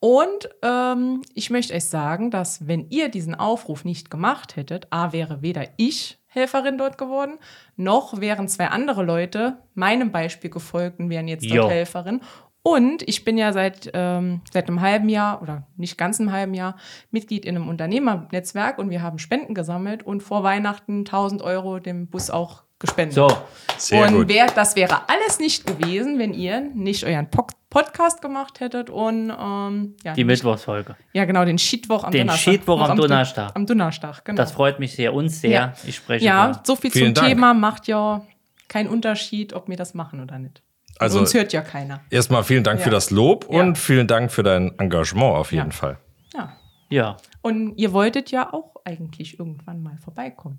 Speaker 6: Und ähm, ich möchte euch sagen, dass wenn ihr diesen Aufruf nicht gemacht hättet, A, wäre weder ich Helferin dort geworden, noch wären zwei andere Leute meinem Beispiel gefolgt und wären jetzt dort
Speaker 5: Jo.
Speaker 6: Helferin. Und ich bin ja seit, ähm, seit einem halben Jahr oder nicht ganz einem halben Jahr Mitglied in einem Unternehmernetzwerk und wir haben Spenden gesammelt und vor Weihnachten 1000 Euro dem Bus auch gespendet.
Speaker 5: So,
Speaker 7: Sehr
Speaker 6: und
Speaker 7: gut.
Speaker 6: Wär, das wäre alles nicht gewesen, wenn ihr nicht euren Pok- Podcast gemacht hättet und ähm, ja,
Speaker 5: die
Speaker 6: nicht-
Speaker 5: Mittwochsfolge.
Speaker 6: ja genau den Shitwoch am
Speaker 5: Den
Speaker 6: Donnerstag.
Speaker 5: Shitwoch
Speaker 6: Noch
Speaker 5: am
Speaker 6: Dun-
Speaker 5: Donnerstag.
Speaker 6: Am Donnerstag, genau.
Speaker 5: Das freut mich sehr, uns sehr.
Speaker 6: Ja.
Speaker 5: Ich spreche.
Speaker 6: ja,
Speaker 5: für-
Speaker 6: so viel
Speaker 7: Vielen
Speaker 6: zum
Speaker 7: Dank.
Speaker 6: Thema macht ja keinen Unterschied, ob wir das machen oder nicht.
Speaker 7: Also-
Speaker 6: uns hört ja keiner.
Speaker 7: Erstmal vielen Dank
Speaker 6: Ja.
Speaker 7: für das Lob
Speaker 6: Ja.
Speaker 7: und vielen Dank für dein Engagement auf jeden
Speaker 6: Ja.
Speaker 7: Fall.
Speaker 6: Ja.
Speaker 5: ja,
Speaker 6: Und ihr wolltet ja auch eigentlich irgendwann mal vorbeikommen.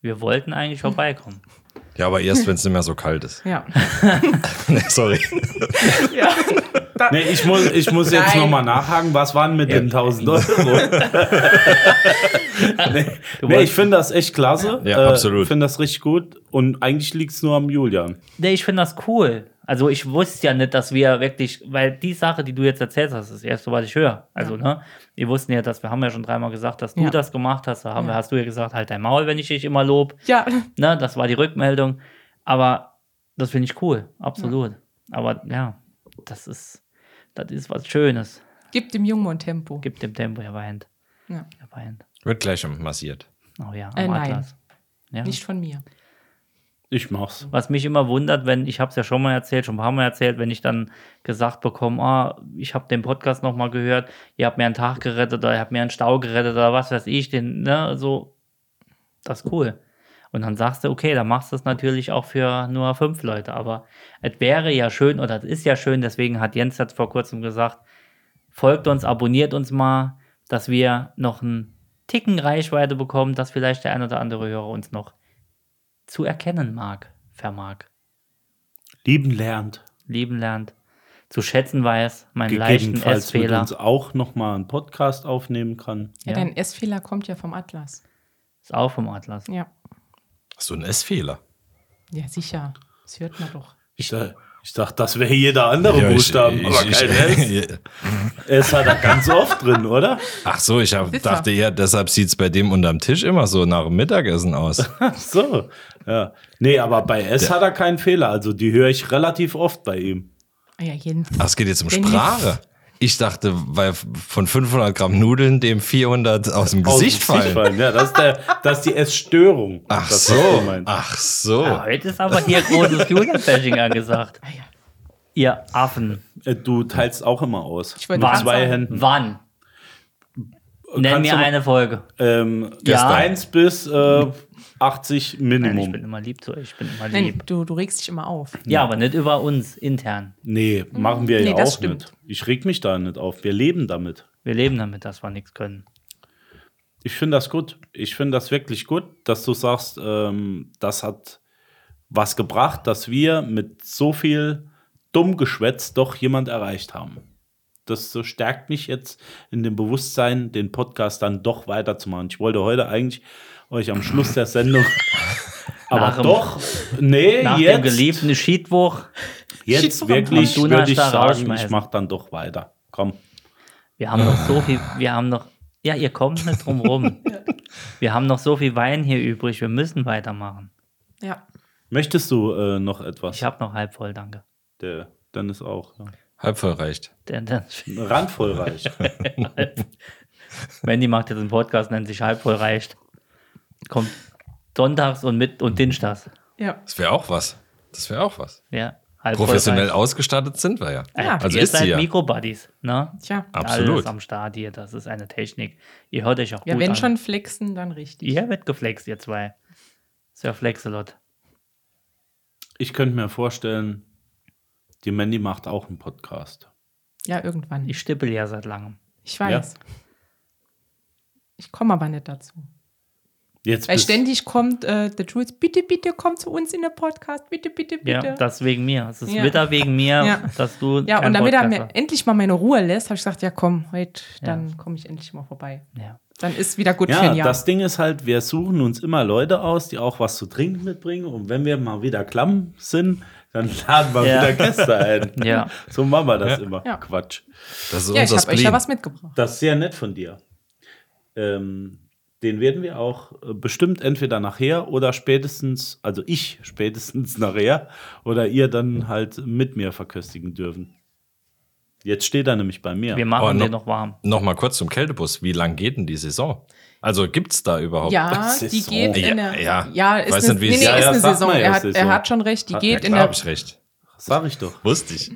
Speaker 5: wir wollten eigentlich vorbeikommen.
Speaker 7: Ja, aber erst, wenn es nicht mehr so kalt ist.
Speaker 6: Ja.
Speaker 7: Nee, Sorry.
Speaker 4: Nee, ich muss, ich muss jetzt
Speaker 6: Nein.
Speaker 4: nochmal nachhaken, was waren mit den 1000 Euro? nee, nee, ich finde das echt klasse.
Speaker 7: Ja, absolut.
Speaker 4: Ich finde das richtig gut. Und eigentlich liegt es nur am Julian.
Speaker 5: Nee, ich finde das cool. Also ich wusste ja nicht, dass wir wirklich, weil die Sache, die du jetzt erzählt hast, ist das erste, was ich höre. Also, ne? Wir wussten ja, dass wir haben ja schon dreimal gesagt, dass du
Speaker 6: Ja.
Speaker 5: das gemacht hast. Da haben wir,
Speaker 6: Ja.
Speaker 5: hast du ja gesagt, halt dein Maul, wenn ich dich immer lob.
Speaker 6: ja,
Speaker 5: Ne? Das war die Rückmeldung. Aber das finde ich cool, absolut. Aber ja, das ist, das ist was Schönes.
Speaker 6: gibt dem Jungen ein Tempo.
Speaker 5: Gibt dem Tempo, er weint.
Speaker 6: Ja.
Speaker 5: Er weint.
Speaker 7: Wird gleich massiert.
Speaker 5: Oh ja, am
Speaker 6: Äh, nein.
Speaker 5: Atlas. Ja.
Speaker 6: Nicht von mir.
Speaker 4: Ich mach's.
Speaker 5: Was mich immer wundert, wenn, ich habe es ja schon mal erzählt, schon ein paar Mal erzählt, wenn ich dann gesagt bekomme, ah, ich habe den Podcast nochmal gehört, ihr habt mir einen Tag gerettet oder ihr habt mir einen Stau gerettet oder was weiß ich, den, ne, so, das ist cool. Und dann sagst du, okay, dann machst du es natürlich auch für nur fünf Leute, aber es wäre ja schön oder es ist ja schön, deswegen hat Jens jetzt vor kurzem gesagt, folgt uns, abonniert uns mal, dass wir noch einen Ticken Reichweite bekommen, dass vielleicht der ein oder andere Hörer uns noch zu erkennen mag, vermag,
Speaker 4: Lieben lernt.
Speaker 5: lieben lernt, zu schätzen weiß, meinen leichten
Speaker 4: Gegebenenfalls mit
Speaker 5: S-Fehler.
Speaker 4: uns auch nochmal einen Podcast aufnehmen kann.
Speaker 6: Ja,
Speaker 5: Ja.
Speaker 6: dein S-Fehler kommt ja vom Atlas.
Speaker 5: Ist auch vom Atlas.
Speaker 6: Ja.
Speaker 7: So ein S-Fehler.
Speaker 6: Ja, sicher. Das hört man doch.
Speaker 4: Ich, da- ich dachte, das wäre jeder andere
Speaker 7: Ja, ich-
Speaker 4: Buchstabe,
Speaker 7: ich-
Speaker 4: aber
Speaker 7: ich-
Speaker 4: kein S. S hat er halt ganz oft drin, oder?
Speaker 7: Ach so, ich hab,
Speaker 6: Pfiffer.
Speaker 7: dachte eher, deshalb sieht es bei dem unterm Tisch immer so nach dem Mittagessen aus.
Speaker 4: So, ja. Nee, aber bei S hat er keinen Fehler. Also die höre ich relativ oft bei ihm.
Speaker 6: Ah ja, jeden.
Speaker 7: Ach, es geht jetzt um
Speaker 6: Wenn
Speaker 7: Sprache. Ich dachte, weil von 500 Gramm Nudeln dem 400 aus dem Gesicht
Speaker 4: Aus dem
Speaker 7: fallen.
Speaker 4: Ja, das ist, der, das ist die S-Störung.
Speaker 7: Ach
Speaker 4: das, was du
Speaker 7: so,
Speaker 4: meinst.
Speaker 7: ach so.
Speaker 5: Ja, heute ist aber hier großes Julian-Bashing angesagt.
Speaker 6: Ah, ja.
Speaker 5: Ihr Affen.
Speaker 4: Äh, Du teilst auch immer aus.
Speaker 6: Ich wollte
Speaker 4: Mit
Speaker 5: Wann?
Speaker 4: zwei Händen.
Speaker 5: Wann? Nenn
Speaker 4: Kannst
Speaker 5: mir
Speaker 4: du mal-
Speaker 5: eine Folge.
Speaker 4: Ähm,
Speaker 5: Ja.
Speaker 4: 1 bis äh, 80
Speaker 5: Nein, ich bin
Speaker 4: Minimum.
Speaker 5: immer lieb zu euch. Ich bin immer
Speaker 6: Nein,
Speaker 5: lieb.
Speaker 6: du, du regst dich immer auf.
Speaker 5: Ja, aber nicht über uns intern.
Speaker 4: Nee, machen wir
Speaker 6: Nee,
Speaker 4: ja
Speaker 6: das
Speaker 4: auch
Speaker 6: stimmt.
Speaker 4: nicht. Ich reg mich da nicht auf. Wir leben damit.
Speaker 5: Wir leben damit, dass wir nichts können.
Speaker 4: Ich finde das gut. Ich finde das wirklich gut, dass du sagst, ähm, das hat was gebracht, dass wir mit so viel dumm Geschwätz doch jemand erreicht haben. Das so stärkt mich jetzt in dem Bewusstsein, den Podcast dann doch weiterzumachen. Ich wollte heute eigentlich euch am Schluss der Sendung, aber
Speaker 5: Nach dem-
Speaker 4: doch, nee,
Speaker 5: Nach
Speaker 4: jetzt,
Speaker 5: dem geliebten Schiedwoch.
Speaker 4: jetzt
Speaker 6: Shitstorm am
Speaker 4: wirklich
Speaker 5: Jonas
Speaker 4: würde ich
Speaker 5: da
Speaker 4: sagen, ich
Speaker 5: rausschmeißen.
Speaker 4: mache dann doch weiter. Komm.
Speaker 5: Wir haben noch so viel. Wir haben noch. Ja, ihr kommt nicht drum rum. Wir haben noch so viel Wein hier übrig. Wir müssen weitermachen.
Speaker 6: Ja.
Speaker 4: Möchtest du äh, noch etwas?
Speaker 5: Ich habe noch halb voll, danke.
Speaker 4: Der Dennis auch. Ja.
Speaker 7: Halb voll reicht.
Speaker 5: Der, der,
Speaker 4: Randvoll reicht.
Speaker 5: Mandy macht jetzt einen Podcast, nennt sich halb voll reicht. Kommt sonntags und mit und dienstags.
Speaker 6: Ja.
Speaker 7: Das wäre auch was. Das wäre auch was.
Speaker 5: Ja, halb voll
Speaker 7: Professionell
Speaker 5: reicht.
Speaker 7: ausgestattet sind wir ja.
Speaker 5: Ja,
Speaker 7: Also
Speaker 5: ihr
Speaker 7: ist
Speaker 5: seid
Speaker 7: sie ja.
Speaker 5: Mikrobuddies, ne?
Speaker 6: Tja.
Speaker 7: Absolut.
Speaker 5: Alles am Start hier, das ist eine Technik. Ihr hört euch auch
Speaker 6: Ja,
Speaker 5: gut
Speaker 6: wenn
Speaker 5: an.
Speaker 6: schon flexen, dann richtig.
Speaker 5: Ihr wird geflext, ihr zwei. Sir Flexelot.
Speaker 4: Ich könnte mir vorstellen, die Mandy macht auch einen Podcast.
Speaker 6: Ja, irgendwann.
Speaker 5: Ich stippel ja seit langem.
Speaker 6: Ich weiß. Ich komme aber nicht dazu.
Speaker 4: Jetzt
Speaker 6: Weil
Speaker 4: bist-
Speaker 6: ständig kommt äh, der Jules, bitte, bitte, komm zu uns in den Podcast, bitte, bitte, bitte.
Speaker 5: Ja, das wegen mir. Es ist
Speaker 6: Ja.
Speaker 5: Witter wegen mir,
Speaker 6: Ja.
Speaker 5: dass du.
Speaker 6: Ja,
Speaker 5: keinen
Speaker 6: und damit er
Speaker 5: Podcast
Speaker 6: mir
Speaker 5: hast.
Speaker 6: endlich mal meine Ruhe lässt, habe ich gesagt, ja komm, heute,
Speaker 5: Ja.
Speaker 6: dann komme ich endlich mal vorbei.
Speaker 5: Ja.
Speaker 6: Dann ist wieder gut für
Speaker 4: ja,
Speaker 6: ein Jahr.
Speaker 4: das Ding ist halt, wir suchen uns immer Leute aus, die auch was zu trinken mitbringen. Und wenn wir mal wieder klamm sind, dann laden wir
Speaker 5: Ja.
Speaker 4: wieder Gäste ein.
Speaker 5: Ja.
Speaker 4: So machen wir das immer.
Speaker 6: Ja.
Speaker 4: Quatsch.
Speaker 7: Das ist
Speaker 6: ja, ich
Speaker 7: unser
Speaker 6: habe euch ja
Speaker 7: Spleen.
Speaker 6: was mitgebracht.
Speaker 4: Das ist sehr nett von dir. Ähm, den werden wir auch äh, bestimmt entweder nachher oder spätestens, also ich spätestens nachher oder ihr dann halt mit mir verköstigen dürfen. Jetzt steht er nämlich bei mir.
Speaker 5: Wir machen
Speaker 7: Aber
Speaker 5: den
Speaker 7: noch-
Speaker 5: noch warm.
Speaker 7: Nochmal kurz zum Kältebus. Wie lang geht denn die Saison? Also gibt es da überhaupt?
Speaker 6: Ja,
Speaker 4: Das ist
Speaker 6: die
Speaker 4: so.
Speaker 6: geht in
Speaker 7: Ja,
Speaker 6: der.
Speaker 7: ja.
Speaker 6: ja ist
Speaker 7: Weiß
Speaker 6: eine,
Speaker 7: nicht, wie
Speaker 6: nee,
Speaker 7: es-
Speaker 6: nee,
Speaker 7: Ja,
Speaker 6: ist
Speaker 4: ja,
Speaker 6: eine
Speaker 4: sag
Speaker 6: Saison.
Speaker 4: mal,
Speaker 6: Er
Speaker 4: ist
Speaker 6: hat, er
Speaker 4: Saison.
Speaker 6: hat schon recht. Die
Speaker 4: Ja,
Speaker 6: geht
Speaker 7: ja,
Speaker 6: in
Speaker 7: klar,
Speaker 6: der.
Speaker 7: Ah, hab ich recht.
Speaker 4: Sag ich doch.
Speaker 7: Wusste ich.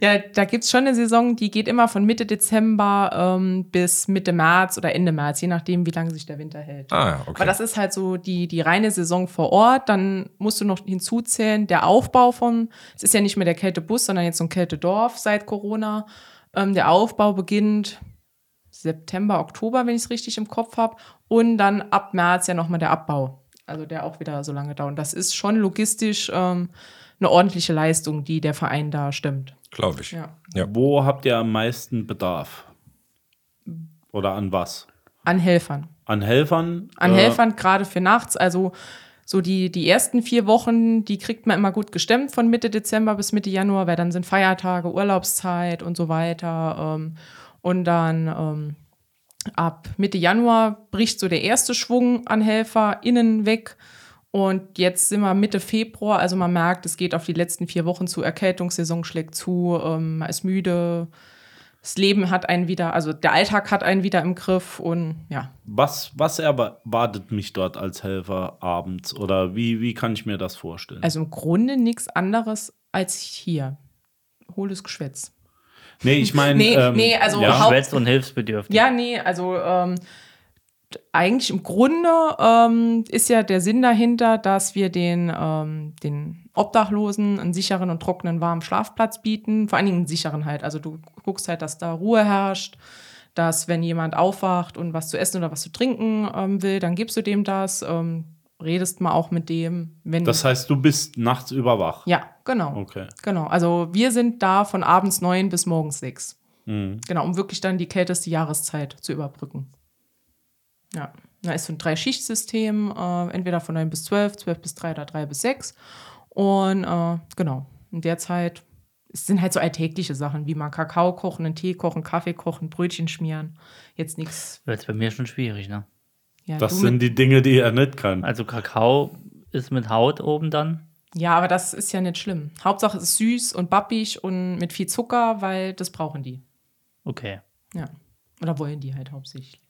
Speaker 6: Ja, da gibt es schon eine Saison, die geht immer von Mitte Dezember ähm, bis Mitte März oder Ende März, je nachdem, wie lange sich der Winter hält.
Speaker 7: Ah, ja, okay.
Speaker 6: Aber das ist halt so die, die reine Saison vor Ort. Dann musst du noch hinzuzählen, der Aufbau von, es ist ja nicht mehr der Kältebus, sondern jetzt so ein Kältedorf seit Corona. Ähm, der Aufbau beginnt September, Oktober, wenn ich es richtig im Kopf habe. Und dann ab März ja nochmal der Abbau. Also der auch wieder so lange dauert. Das ist schon logistisch ähm, eine ordentliche Leistung, die der Verein da stimmt.
Speaker 7: Glaube ich.
Speaker 6: Ja.
Speaker 7: Ja.
Speaker 4: Wo habt ihr am meisten Bedarf? Oder an was?
Speaker 6: An Helfern.
Speaker 4: An Helfern?
Speaker 6: An
Speaker 4: Äh,
Speaker 6: Helfern, gerade für nachts. Also so die, die ersten vier Wochen, die kriegt man immer gut gestemmt von Mitte Dezember bis Mitte Januar, weil dann sind Feiertage, Urlaubszeit und so weiter. Ähm, und dann ähm, ab Mitte Januar bricht so der erste Schwung an Helfer innen weg. Und jetzt sind wir Mitte Februar, also man merkt, es geht auf die letzten vier Wochen zu. Erkältungssaison schlägt zu, ähm, man ist müde, das Leben hat einen wieder, also der Alltag hat einen wieder im Griff und ja,
Speaker 4: Was, was erwartet mich dort als Helfer abends? Oder wie, wie kann ich mir das vorstellen?
Speaker 6: Also im Grunde nichts anderes als hier. Hohles Geschwätz.
Speaker 4: nee, ich meine.
Speaker 6: Nee, nee, also
Speaker 4: ja.
Speaker 6: Haupt-
Speaker 5: Schwätzt und hilfsbedürftig.
Speaker 6: Ja, nee, also ähm, d- eigentlich im Grunde ähm, ist ja der Sinn dahinter, dass wir den, ähm, den Obdachlosen einen sicheren und trockenen, warmen Schlafplatz bieten. Vor allen Dingen einen sicheren halt. Also du guckst halt, dass da Ruhe herrscht, dass wenn jemand aufwacht und was zu essen oder was zu trinken ähm, will, dann gibst du dem das, ähm, redest mal auch mit dem. Wenn
Speaker 4: Das heißt, du bist nachts über wach.
Speaker 6: Ja, genau.
Speaker 4: Okay.
Speaker 6: Genau. Also wir sind da von abends neun bis morgens sechs.
Speaker 4: Mhm.
Speaker 6: Genau, um wirklich dann die kälteste Jahreszeit zu überbrücken. Ja. Da ist so ein Drei-Schicht-System, äh, entweder von neun bis zwölf, zwölf bis drei oder drei bis sechs. Und äh, genau, in der Zeit es sind halt so alltägliche Sachen, wie mal Kakao kochen, einen Tee kochen, Kaffee kochen, Brötchen schmieren. Jetzt nichts.
Speaker 5: Wird es bei mir schon schwierig, ne?
Speaker 6: Ja,
Speaker 4: Das
Speaker 6: du
Speaker 4: sind
Speaker 6: mit,
Speaker 4: die Dinge, die er nicht kann.
Speaker 5: Also Kakao ist mit Haut oben dann.
Speaker 6: ja, aber das ist ja nicht schlimm. Hauptsache es ist süß und bappig und mit viel Zucker, weil das brauchen die.
Speaker 5: Okay.
Speaker 6: Ja. Oder wollen die halt hauptsächlich.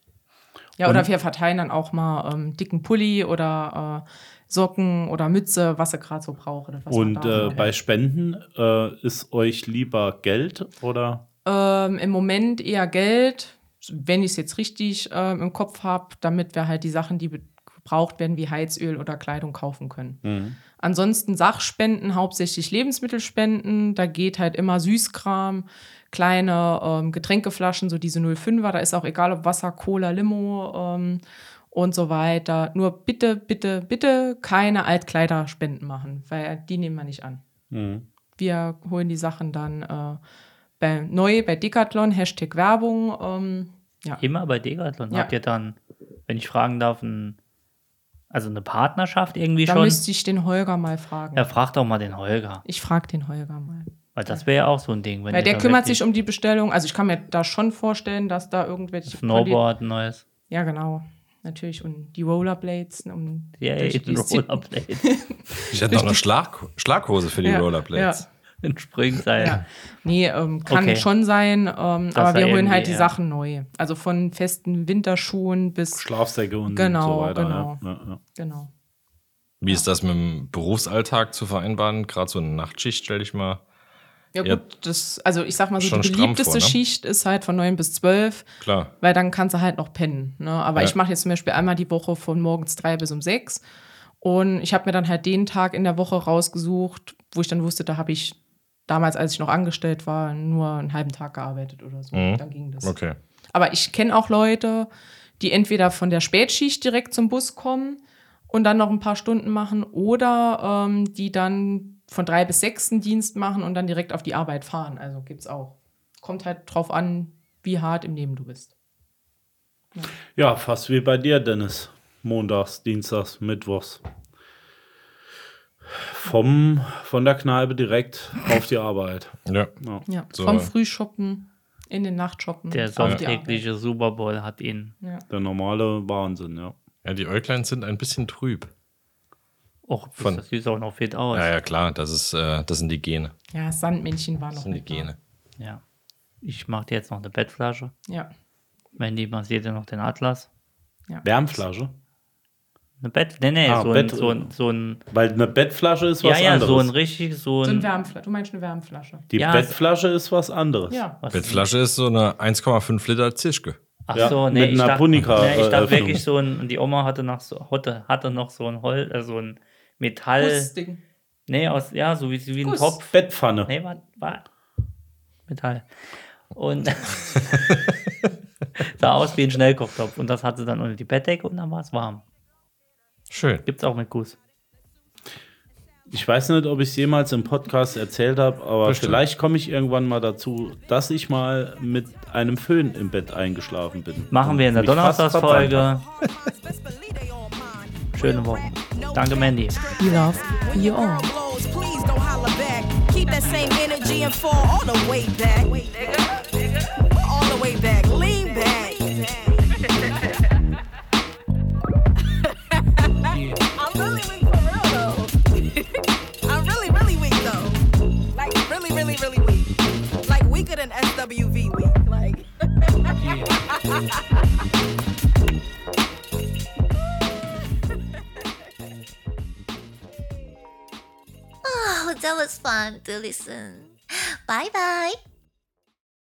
Speaker 6: Ja, oder wir verteilen dann auch mal ähm, dicken Pulli oder äh, Socken oder Mütze, was sie gerade so brauchen. oder Was man
Speaker 4: Und
Speaker 6: da
Speaker 4: äh, bei Spenden äh, ist euch lieber Geld oder?
Speaker 6: Ähm, Im Moment eher Geld, wenn ich es jetzt richtig ähm, im Kopf habe, damit wir halt die Sachen, die be- gebraucht werden, wie Heizöl oder Kleidung kaufen können. Ansonsten Sachspenden, hauptsächlich Lebensmittelspenden. Da geht halt immer Süßkram, kleine ähm, Getränkeflaschen, so diese 05er. Da ist auch egal, ob Wasser, Cola, Limo ähm, und so weiter. Nur bitte, bitte, bitte keine Altkleiderspenden machen, weil die nehmen wir nicht an.
Speaker 5: Mhm.
Speaker 6: Wir holen die Sachen dann äh, bei, neu bei Decathlon, Hashtag Werbung. Ähm, ja.
Speaker 5: Immer bei Decathlon
Speaker 6: Ja.
Speaker 5: habt ihr dann, wenn ich fragen darf, ein, also eine Partnerschaft irgendwie
Speaker 6: Da
Speaker 5: schon.
Speaker 6: müsste ich den Holger mal fragen.
Speaker 5: Ja, frag doch mal den Holger.
Speaker 6: Ich frage den Holger mal.
Speaker 5: Weil das wäre ja auch so ein Ding. Wenn
Speaker 6: Weil
Speaker 5: ihr
Speaker 6: der
Speaker 5: dann
Speaker 6: kümmert
Speaker 5: wirklich
Speaker 6: sich um die Bestellung. Also ich kann mir da schon vorstellen, dass da irgendwelche...
Speaker 5: Snowboard, neues.
Speaker 6: Ja, genau. Natürlich. Und die Rollerblades. Um
Speaker 5: Yay,
Speaker 6: durch die-
Speaker 5: Rollerblades.
Speaker 7: Ich hätte noch eine Schlag Schlaghose für die
Speaker 6: Ja,
Speaker 7: Rollerblades.
Speaker 6: Ja.
Speaker 5: Ein Springseil.
Speaker 6: Ja. Nee, ähm, kann
Speaker 5: Okay.
Speaker 6: schon sein, ähm, aber
Speaker 5: er
Speaker 6: wir holen
Speaker 5: irgendwie,
Speaker 6: halt die
Speaker 5: ja.
Speaker 6: Sachen neu. Also von festen Winterschuhen bis.
Speaker 4: Schlafsäcke und
Speaker 6: Genau,
Speaker 4: so weiter.
Speaker 6: genau.
Speaker 4: Ja. Ja, ja.
Speaker 6: Genau.
Speaker 7: Wie ist das mit dem Berufsalltag zu vereinbaren? Gerade so eine Nachtschicht stelle ich mal.
Speaker 6: Ja,
Speaker 7: Ja.
Speaker 6: gut, das, also ich sag mal so,
Speaker 7: Schon
Speaker 6: die
Speaker 7: stramm
Speaker 6: beliebteste
Speaker 7: vor, ne?
Speaker 6: Schicht ist halt von 9 bis 12,
Speaker 7: Klar.
Speaker 6: weil dann kannst du halt noch pennen. Ne? Aber
Speaker 7: Ja.
Speaker 6: ich mache jetzt zum Beispiel einmal die Woche von morgens 3 bis um 6. Und ich habe mir dann halt den Tag in der Woche rausgesucht, wo ich dann wusste, da habe ich damals, als ich noch angestellt war, nur einen halben Tag gearbeitet oder so.
Speaker 7: Mhm.
Speaker 6: Dann ging das.
Speaker 7: Okay.
Speaker 6: Aber ich kenne auch Leute, die entweder von der Spätschicht direkt zum Bus kommen und dann noch ein paar Stunden machen oder ähm, die dann von drei bis sechs einen Dienst machen und dann direkt auf die Arbeit fahren. Also gibt's auch. Kommt halt drauf an, wie hart im Leben du bist.
Speaker 4: ja, fast wie bei dir, Dennis. Montags, Dienstags, Mittwochs. Vom, von der Kneipe direkt auf die Arbeit.
Speaker 7: Ja.
Speaker 6: Ja.
Speaker 7: So.
Speaker 6: Vom Frühshoppen in den Nachtshoppen.
Speaker 5: Der
Speaker 6: auf die
Speaker 5: sonntägliche Super Bowl hat ihn.
Speaker 4: Der normale Wahnsinn, ja.
Speaker 7: ja, die Äuglein sind ein bisschen trüb.
Speaker 5: Och,
Speaker 7: Von-
Speaker 5: oh, das sieht auch noch fit aus.
Speaker 7: Ja, ja, klar. Das, ist, äh, das sind die Gene.
Speaker 6: Arbeit. Ja, Sandmännchen war
Speaker 7: Das
Speaker 6: noch
Speaker 7: sind die
Speaker 6: nicht da.
Speaker 7: Gene.
Speaker 5: Ja. Ich mache dir jetzt noch eine Bettflasche.
Speaker 6: Ja.
Speaker 5: Mandy massiert dir noch den Atlas.
Speaker 4: Wärmflasche?
Speaker 5: Eine Bett. Nee, nee,
Speaker 4: Ah,
Speaker 5: so,
Speaker 4: Bett-
Speaker 5: ein, so ein. So ein
Speaker 4: Weil eine Bettflasche ist
Speaker 5: ja,
Speaker 4: was
Speaker 5: ja,
Speaker 4: anderes.
Speaker 5: so ein richtig. So
Speaker 6: So
Speaker 5: ein.
Speaker 6: eine Wärmflasche. Du meinst eine Wärmflasche.
Speaker 4: die
Speaker 5: ja,
Speaker 4: Bettflasche ist was anderes.
Speaker 6: Ja.
Speaker 5: was,
Speaker 7: Bettflasche ist so eine 1,5 Liter Zischke.
Speaker 5: Ach
Speaker 4: Ja,
Speaker 5: so, nee,
Speaker 4: mit
Speaker 5: ich
Speaker 4: einer
Speaker 5: dachte,
Speaker 4: Punika,
Speaker 5: nee, ich
Speaker 4: äh,
Speaker 5: dachte
Speaker 4: Öffnung.
Speaker 5: wirklich so ein. Und die Oma hatte noch so, hatte, hatte noch so ein Hol, äh, so ein Metall.
Speaker 6: Fußding.
Speaker 5: Nee, aus, ja, so wie, wie ein
Speaker 6: Guss.
Speaker 5: Topf.
Speaker 4: Bettpfanne.
Speaker 5: Nee, war, war Metall. Und sah aus wie ein Schnellkochtopf. Und das hatte dann unter die Bettdecke und dann war es warm.
Speaker 7: Schön.
Speaker 5: Gibt's auch mit Guss.
Speaker 4: Ich weiß nicht, ob ich es jemals im Podcast erzählt habe, aber
Speaker 7: Bestimmt.
Speaker 4: vielleicht komme ich irgendwann mal dazu, dass ich mal mit einem Föhn im Bett eingeschlafen bin.
Speaker 5: Machen wir in der
Speaker 4: Mich fast verbrannt
Speaker 5: Donnerstagsfolge. Schöne
Speaker 3: Schöne
Speaker 5: Woche.
Speaker 3: Woche.
Speaker 5: Danke, Mandy.
Speaker 3: You
Speaker 6: love, you own.
Speaker 3: Please don't holler back. Keep that same energy and fall all the way back. All the way back. Lean back. I'm really weak for real though. I'm really, really weak though. Like really, really, really weak. Like weaker than SWV weak. Like.
Speaker 1: Oh, that was fun to listen. Bye bye.